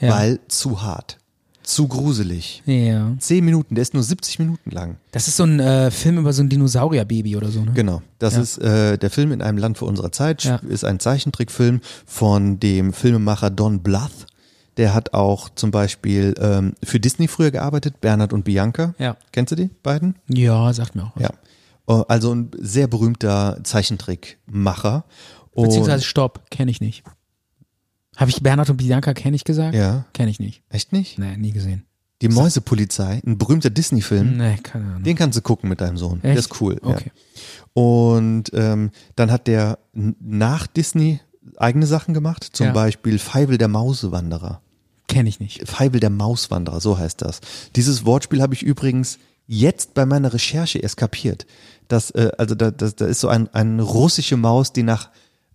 Ja.
weil zu hart, zu gruselig.
ja.
10 Minuten, der ist nur 70 Minuten lang.
Das ist so ein äh, Film über so ein Dinosaurierbaby oder so, ne?
Genau. Das
Ja.
ist äh, der Film in einem Land vor unserer Zeit,
Ja.
ist ein Zeichentrickfilm von dem Filmemacher Don Bluth. Der hat auch zum Beispiel ähm, für Disney früher gearbeitet, Bernhard und Bianca.
Ja.
Kennst du die beiden?
Ja, sagt mir auch was.
Ja. Äh, Also ein sehr berühmter Zeichentrickmacher. Und-
Beziehungsweise Stopp, kenne ich nicht. Habe ich Bernhard und Bianca kenne ich gesagt?
Ja.
Kenne ich nicht.
Echt nicht?
Nee, nie gesehen.
Die Mäusepolizei, ein berühmter Disney-Film.
Nee, keine Ahnung.
Den kannst du gucken mit deinem Sohn. Der
Echt?
Hm. ist cool. Ja.
Okay.
Und ähm, dann hat der n- nach Disney eigene Sachen gemacht, zum
Ja.
Beispiel Feivel der Mausewanderer.
Kenne ich nicht.
Feivel der Mauswanderer, so heißt das. Dieses Wortspiel habe ich übrigens jetzt bei meiner Recherche erst kapiert. Das, äh, also da, das, da ist so ein, eine russische Maus, die nach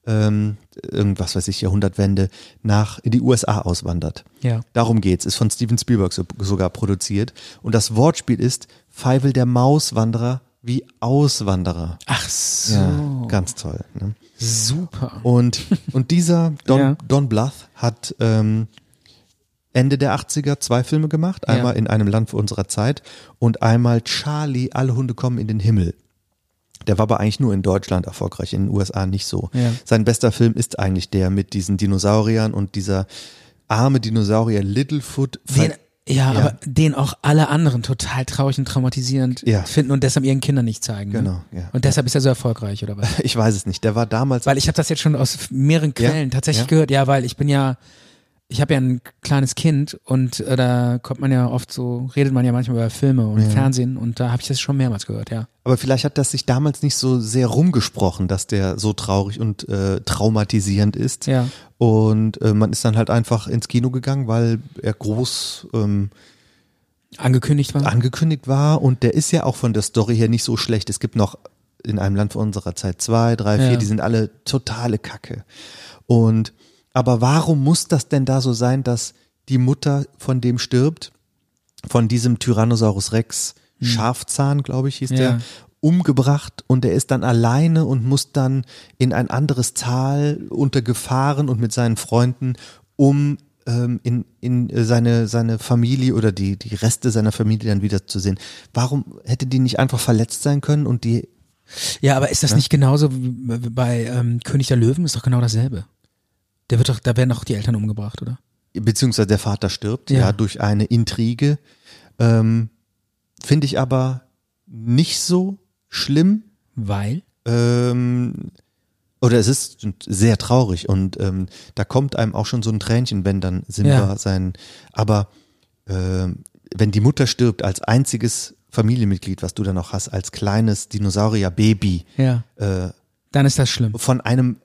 ähm, irgendwas weiß ich, Jahrhundertwende, nach in die USA auswandert.
Ja.
Darum geht's, ist von Steven Spielberg so, sogar produziert. Und das Wortspiel ist Feivel der Mauswanderer wie Auswanderer.
Ach so.
Ganz toll. Ne?
Super.
Und, und dieser
*laughs*
Don,
Ja.
Don Bluth hat ähm, Ende der 80er zwei Filme gemacht. Einmal
Ja.
in einem Land vor unserer Zeit und einmal Charlie, alle Hunde kommen in den Himmel. Der war aber eigentlich nur in Deutschland erfolgreich, in den USA nicht so.
Ja.
Sein bester Film ist eigentlich der mit diesen Dinosauriern und dieser arme Dinosaurier Littlefoot.
Den, ja,
Ja.
aber den auch alle anderen total traurig und traumatisierend
Ja.
finden und deshalb ihren Kindern nicht zeigen.
Genau,
Ne?
ja.
Und deshalb ist er so erfolgreich, oder was?
Ich weiß es nicht. Der war damals
Weil ich habe das jetzt schon aus mehreren
Ja,
Quellen tatsächlich
ja.
gehört. Ja, weil ich bin ja, ich habe ja ein kleines Kind und äh, da kommt man ja oft so, redet man ja manchmal über Filme und Fernsehen und da habe ich das schon mehrmals gehört, ja.
Aber vielleicht hat das sich damals nicht so sehr rumgesprochen, dass der so traurig und äh, traumatisierend ist.
Ja.
Und äh, man ist dann halt einfach ins Kino gegangen, weil er groß ähm,
Angekündigt war.
angekündigt war. Und der ist ja auch von der Story her nicht so schlecht. Es gibt noch in einem Land vor unserer Zeit zwei, drei, vier,
Ja.
die sind alle totale Kacke. Und aber warum muss das denn da so sein, dass die Mutter von dem stirbt? von diesem Tyrannosaurus Rex, Schafzahn, glaube ich, hieß
Hm. Ja.
der, umgebracht und er ist dann alleine und muss dann in ein anderes Tal unter Gefahren und mit seinen Freunden, um ähm, in, in äh, seine, seine Familie oder die, die Reste seiner Familie dann wiederzusehen. Warum hätte die nicht einfach verletzt sein können und die,
ja, aber ist das nicht genauso wie bei ähm, König der Löwen? Ist doch genau dasselbe. Der wird doch, da werden doch die Eltern umgebracht, oder?
beziehungsweise der Vater stirbt, ja,
Ja.
durch eine Intrige, ähm, finde ich aber nicht so schlimm,
Weil?
Ähm, oder es ist sehr traurig und ähm, da kommt einem auch schon so ein Tränchen, wenn dann Simba
Ja.
sein. Aber ähm, wenn die Mutter stirbt als einziges Familienmitglied, was du dann noch hast, als kleines Dinosaurier-Baby,
Ja.
äh,
Dann ist das schlimm.
von einem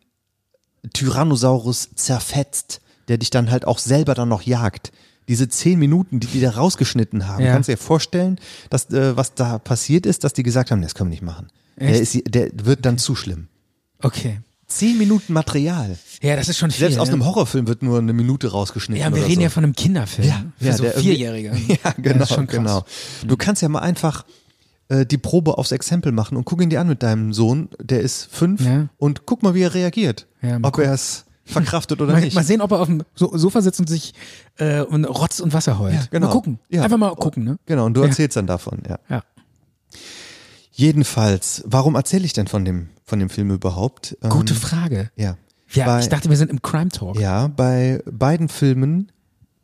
Tyrannosaurus zerfetzt, der dich dann halt auch selber dann noch jagt. Diese zehn Minuten, die die da rausgeschnitten haben,
Ja.
kannst du dir vorstellen, dass äh, was da passiert ist, dass die gesagt haben, das können wir nicht machen. Der, ist,
Echt?
der wird dann zu schlimm.
Okay.
Zehn Minuten Material.
Ja, das ist schon viel.
Selbst aus
ja.
einem Horrorfilm wird nur eine Minute rausgeschnitten.
Ja, wir
oder
reden
so.
ja von einem Kinderfilm.
Ja,
für
*laughs* ja,
so
der irgendwie-
Vierjährige.
Ja, genau,
das ist schon krass.
genau. Du kannst ja mal einfach äh, die Probe aufs Exempel machen und guck ihn dir an mit deinem Sohn, der ist fünf
Ja.
und guck mal, wie er reagiert.
Ja, mal
ob er es verkraftet oder
Mal,
nicht.
mal sehen, ob er auf dem So- Sofa sitzt und sich äh, und Rotz und Wasser heult. Mal gucken.
Ja.
Einfach mal gucken, ne?
Genau, und du
Ja.
erzählst Ähm, dann davon, ja.
Ja.
Jedenfalls, warum erzähle ich denn von dem, von dem Film überhaupt? Ähm,
Gute Frage.
Ja.
Ja,
bei,
ich dachte, wir sind im Crime Talk.
ja, bei beiden Filmen,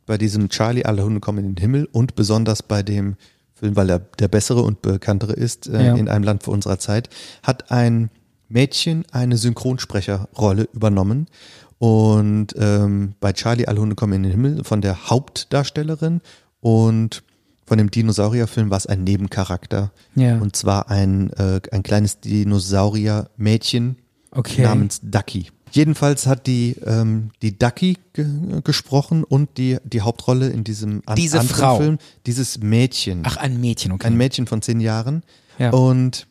bei diesem Charlie, alle Hunde kommen in den Himmel und besonders bei dem Film, weil er der bessere und bekanntere ist, äh,
Ja.
in einem Land vor unserer Zeit, hat ein Mädchen eine Synchronsprecherrolle übernommen. Und ähm, bei Charlie, alle Hunde kommen in den Himmel, von der Hauptdarstellerin und von dem Dinosaurierfilm war es ein Nebencharakter.
Ja.
Und zwar ein, äh, ein kleines Dinosaurier-Mädchen,
Okay.
namens Ducky. Jedenfalls hat die, ähm, die Ducky ge gesprochen und die, die Hauptrolle in diesem an
Diese
anderen
Frau.
Film, dieses Mädchen,
Ach, ein Mädchen, okay.
ein Mädchen von zehn Jahren.
Ja.
Und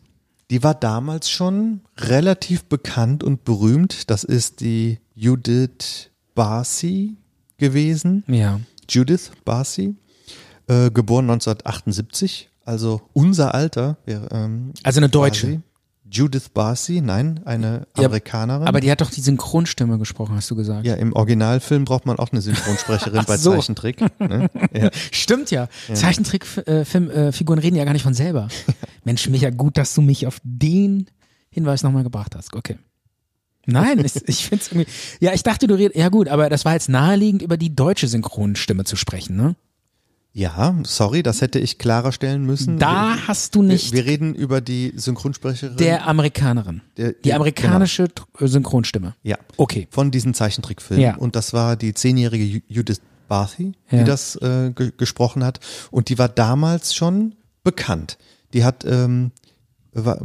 die war damals schon relativ bekannt und berühmt. Das ist die Judith Barsi gewesen.
ja.
Judith Barsi, äh, geboren 1978, also unser Alter. Wir, ähm,
Also eine Deutsche.
quasi. Judith Barsi, nein, eine
Ja,
Amerikanerin.
Aber die hat doch die Synchronstimme gesprochen, hast du gesagt.
Ja, im Originalfilm braucht man auch eine Synchronsprecherin bei
Ach so.
Zeichentrick. Ne? Ja.
Stimmt ja. Zeichentrickfiguren äh, Film- äh, Figuren reden ja gar nicht von
*laughs*
selber. Mensch, Micha, gut, dass du mich auf den Hinweis nochmal gebracht hast. Okay. Nein, ich, ich finde es irgendwie. Ja, ich dachte, du redest. Ja, gut, aber das war jetzt naheliegend, über die deutsche Synchronstimme zu sprechen, ne?
ja, sorry, das hätte ich klarer stellen müssen.
Da
wir,
hast du nicht
Wir, wir reden über die Synchronsprecherin
der Amerikanerin.
Der-
die
ja,
amerikanische Tr- äh, Synchronstimme.
ja,
Okay.
von diesem Zeichentrickfilm.
Ja.
Und das war die zehnjährige Ju- Judith Barthy,
Ja.
die das äh, ge gesprochen hat. Und die war damals schon bekannt. Die hat ähm, war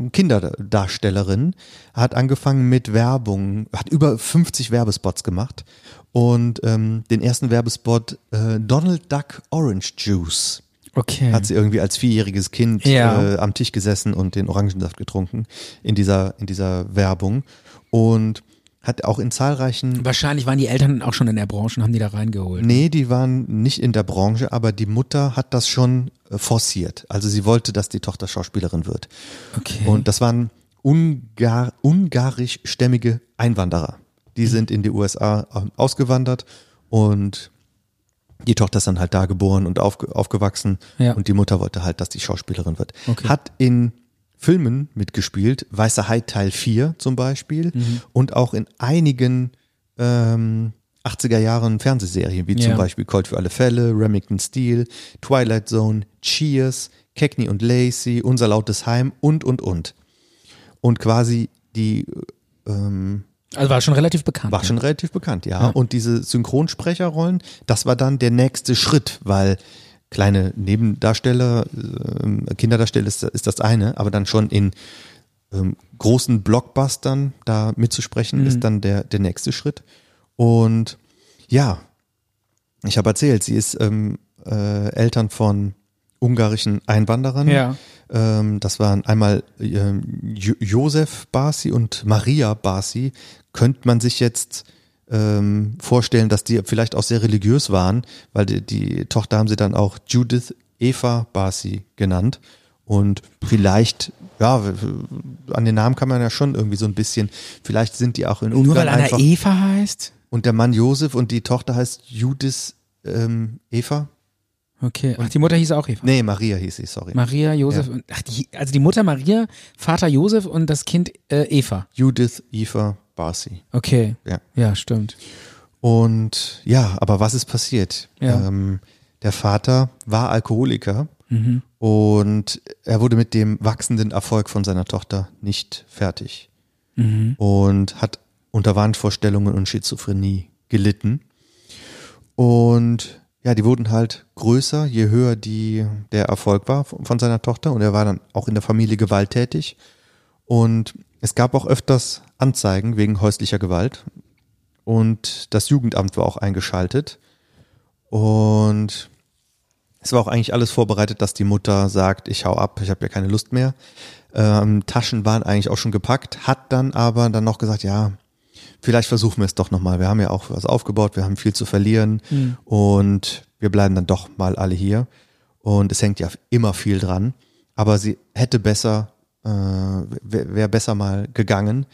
Kinderdarstellerin, hat angefangen mit Werbung, hat über 50 Werbespots gemacht und ähm, den ersten Werbespot äh, Donald Duck Orange Juice
Okay.
hat sie irgendwie als vierjähriges Kind
Ja.
äh, am Tisch gesessen und den Orangensaft getrunken in dieser, in dieser Werbung und hat auch in zahlreichen,
Wahrscheinlich waren die Eltern auch schon in der Branche und haben die da reingeholt.
nee, die waren nicht in der Branche, aber die Mutter hat das schon äh, forciert. Also sie wollte, dass die Tochter Schauspielerin wird.
Okay.
Und das waren Ungar ungarischstämmige Einwanderer. Die sind in die USA ähm, ausgewandert und die Tochter ist dann halt da geboren und aufge aufgewachsen
Ja.
und die Mutter wollte halt, dass die Schauspielerin wird.
Okay.
Hat in Filmen mitgespielt, Weißer Hai Teil 4 zum Beispiel
Mhm.
und auch in einigen ähm, 80er Jahren Fernsehserien, wie
Ja.
zum Beispiel Cold für alle Fälle, Remington Steel, Twilight Zone, Cheers, Cagney und Lacey, Unser lautes Heim und, und, und. Und quasi die ähm,
also war schon relativ bekannt.
war schon relativ bekannt, ja. Und diese Synchronsprecherrollen, das war dann der nächste Schritt, weil kleine Nebendarsteller, ähm, Kinderdarsteller ist, ist das eine, aber dann schon in ähm, großen Blockbustern da mitzusprechen, ist dann der, der nächste Schritt. Und ja, ich habe erzählt, sie ist ähm, äh, Eltern von ungarischen Einwanderern.
Ja.
Ähm, das waren einmal ähm, jo Josef Barsi und Maria Barsi. Könnte man sich jetzt ähm, vorstellen, dass die vielleicht auch sehr religiös waren, weil die, die Tochter haben sie dann auch Judith Eva Barsi genannt. Und vielleicht, ja, w- w- an den Namen kann man ja schon irgendwie so ein bisschen, vielleicht sind die auch in Ungarn
Nur weil einer
einfach,
Eva heißt?
und der Mann Josef und die Tochter heißt Judith ähm, Eva?
Okay. Ach, die Mutter hieß auch Eva.
Nee, Maria hieß sie, sorry.
Maria, Josef und ach, die, also die Mutter Maria, Vater Josef und das Kind äh, Eva.
Judith Eva Barsi.
Okay.
Ja.
Ja, stimmt.
Und ja, aber was ist passiert?
Ja.
Ähm, der Vater war Alkoholiker und er wurde mit dem wachsenden Erfolg von seiner Tochter nicht fertig und hat unter Wahnvorstellungen und Schizophrenie gelitten. Und ja, die wurden halt größer, je höher die, der Erfolg war von, von seiner Tochter. Und er war dann auch in der Familie gewalttätig. Und es gab auch öfters Anzeigen wegen häuslicher Gewalt. Und das Jugendamt war auch eingeschaltet. Und es war auch eigentlich alles vorbereitet, dass die Mutter sagt, ich hau ab, ich habe ja keine Lust mehr. Ähm, Taschen waren eigentlich auch schon gepackt, hat dann aber dann noch gesagt, ja, vielleicht versuchen wir es doch nochmal. Wir haben ja auch was aufgebaut, wir haben viel zu verlieren und wir bleiben dann doch mal alle hier. Und es hängt ja immer viel dran. aber sie hätte besser, äh, wäre wär besser mal gegangen,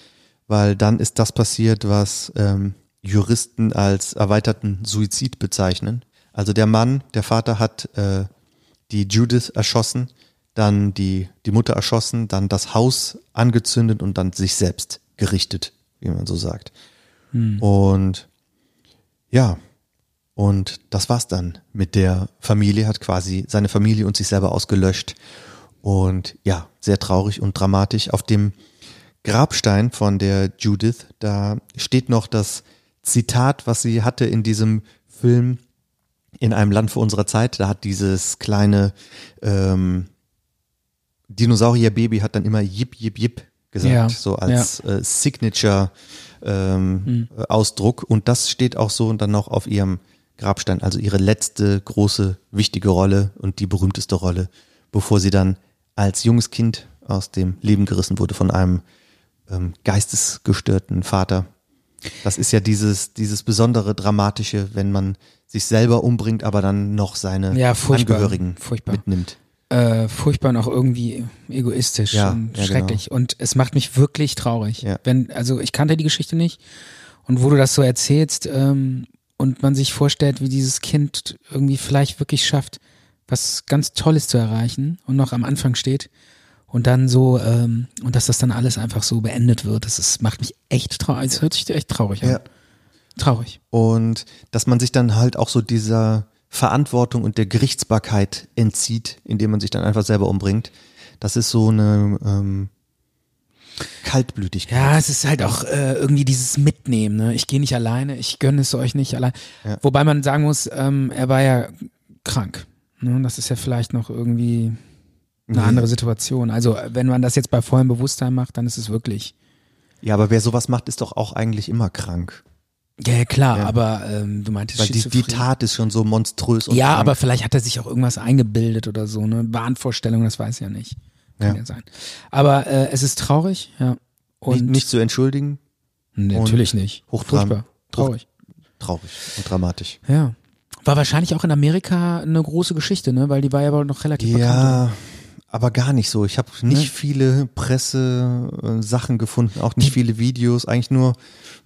weil dann ist das passiert, was ähm, Juristen als erweiterten Suizid bezeichnen. Also der Mann, der Vater hat äh, die Judith erschossen, dann die, die Mutter erschossen, dann das Haus angezündet und dann sich selbst gerichtet, wie man so sagt. Und ja, und das war's dann mit der Familie, hat quasi seine Familie und sich selber ausgelöscht. Und ja, sehr traurig und dramatisch. Auf dem Grabstein von der Judith, da steht noch das Zitat, was sie hatte in diesem Film in einem Land vor unserer Zeit. Da hat dieses kleine ähm, Dinosaurier-Baby hat dann immer Jip, Jip, Jip gesagt,
Ja, Mhm.
so als äh, Signature ähm, äh, Ausdruck. Und das steht auch so und dann noch auf ihrem Grabstein, also ihre letzte große, wichtige Rolle und die berühmteste Rolle, bevor sie dann als junges Kind aus dem Leben gerissen wurde von einem ähm, geistesgestörten Vater. Das ist ja dieses, dieses besondere Dramatische, wenn man sich selber umbringt, aber dann noch seine
Ja, furchtbar,
Angehörigen
furchtbar.
mitnimmt.
äh, furchtbar und auch irgendwie egoistisch
Ja,
und
ja,
schrecklich. Und es macht mich wirklich traurig.
Ja.
Wenn, also ich kannte die Geschichte nicht. Und wo du das so erzählst ähm, und man sich vorstellt, wie dieses Kind irgendwie vielleicht wirklich schafft, was ganz Tolles zu erreichen und noch am Anfang steht. Und dann so, ähm, und dass das dann alles einfach so beendet wird, das ist, macht mich echt traurig. Es hört sich echt traurig an.
Ja.
Traurig.
Und dass man sich dann halt auch so dieser Verantwortung und der Gerichtsbarkeit entzieht, indem man sich dann einfach selber umbringt. Das ist so eine ähm, Kaltblütigkeit.
Ja, es ist halt auch äh, irgendwie dieses Mitnehmen. Ne? Ich gehe nicht alleine, ich gönne es euch nicht allein. Wobei man sagen muss, ähm, er war ja krank. Ne? Das ist ja vielleicht noch irgendwie
Mhm.
eine andere Situation. Also äh, wenn man das jetzt bei vollem Bewusstsein macht, dann ist es wirklich.
Ja, aber wer sowas macht, ist doch auch eigentlich immer krank.
Ja, ja, klar, aber ähm, du meintest
Weil die, die
Schizophrenie.
Tat ist schon so monströs und
Ja,
krank.
aber vielleicht hat er sich auch irgendwas eingebildet oder so, ne? Wahnvorstellung, das weiß ich ja nicht. Kann ja,
Ja.
sein. Aber äh, es ist traurig, ja. Und
nicht, nicht zu entschuldigen,
Nee, natürlich nicht.
hochtrabend.
Furchtbar. Traurig.
traurig und dramatisch.
Ja. War wahrscheinlich auch in Amerika eine große Geschichte, ne? Weil die war ja aber noch relativ bekannt.
Ja, aber gar nicht so. Ich habe nicht viele Presse-Sachen gefunden, auch nicht viele Videos. Eigentlich nur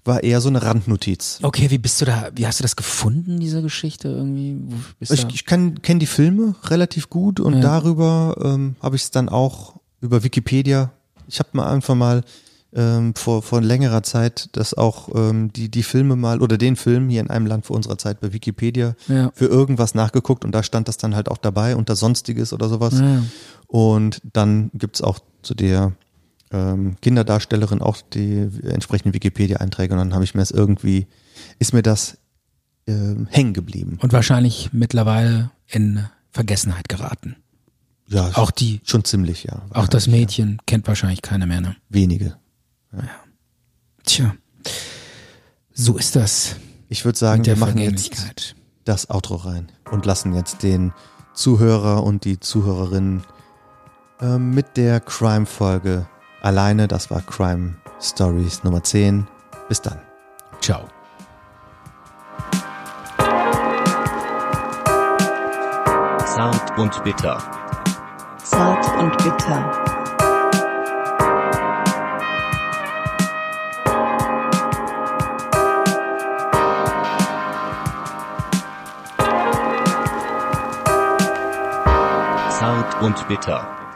war eher so eine Randnotiz.
Okay, wie bist du da, wie hast du das gefunden, diese Geschichte irgendwie? Wo bist du
Ich,
da?
ich kenne kenn die Filme relativ gut und darüber ähm, habe ich es dann auch über Wikipedia. Ich habe mal einfach mal ähm, vor, vor längerer Zeit das auch ähm, die, die Filme mal oder den Film hier in einem Land vor unserer Zeit bei Wikipedia
Ja.
für irgendwas nachgeguckt und da stand das dann halt auch dabei unter Sonstiges oder sowas.
Ja, ja.
Und dann gibt's auch zu der ähm, Kinderdarstellerin auch die entsprechenden Wikipedia-Einträge und dann habe ich mir das irgendwie, ist mir das ähm, hängen geblieben.
Und wahrscheinlich mittlerweile in Vergessenheit geraten.
Ja,
Auch die,
Schon ziemlich, ja.
auch das Mädchen kennt wahrscheinlich keiner mehr, ne?
Wenige.
Tja. So ist das
Ich würde sagen,
mit der
wir machen jetzt
Vergänglichkeit.
das Outro rein und lassen jetzt den Zuhörer und die Zuhörerinnen ähm, mit der Crime-Folge alleine. Das war Crime Stories Nummer 10. Bis dann.
Ciao.
Zart und bitter.
Zart und bitter.
Zart und bitter.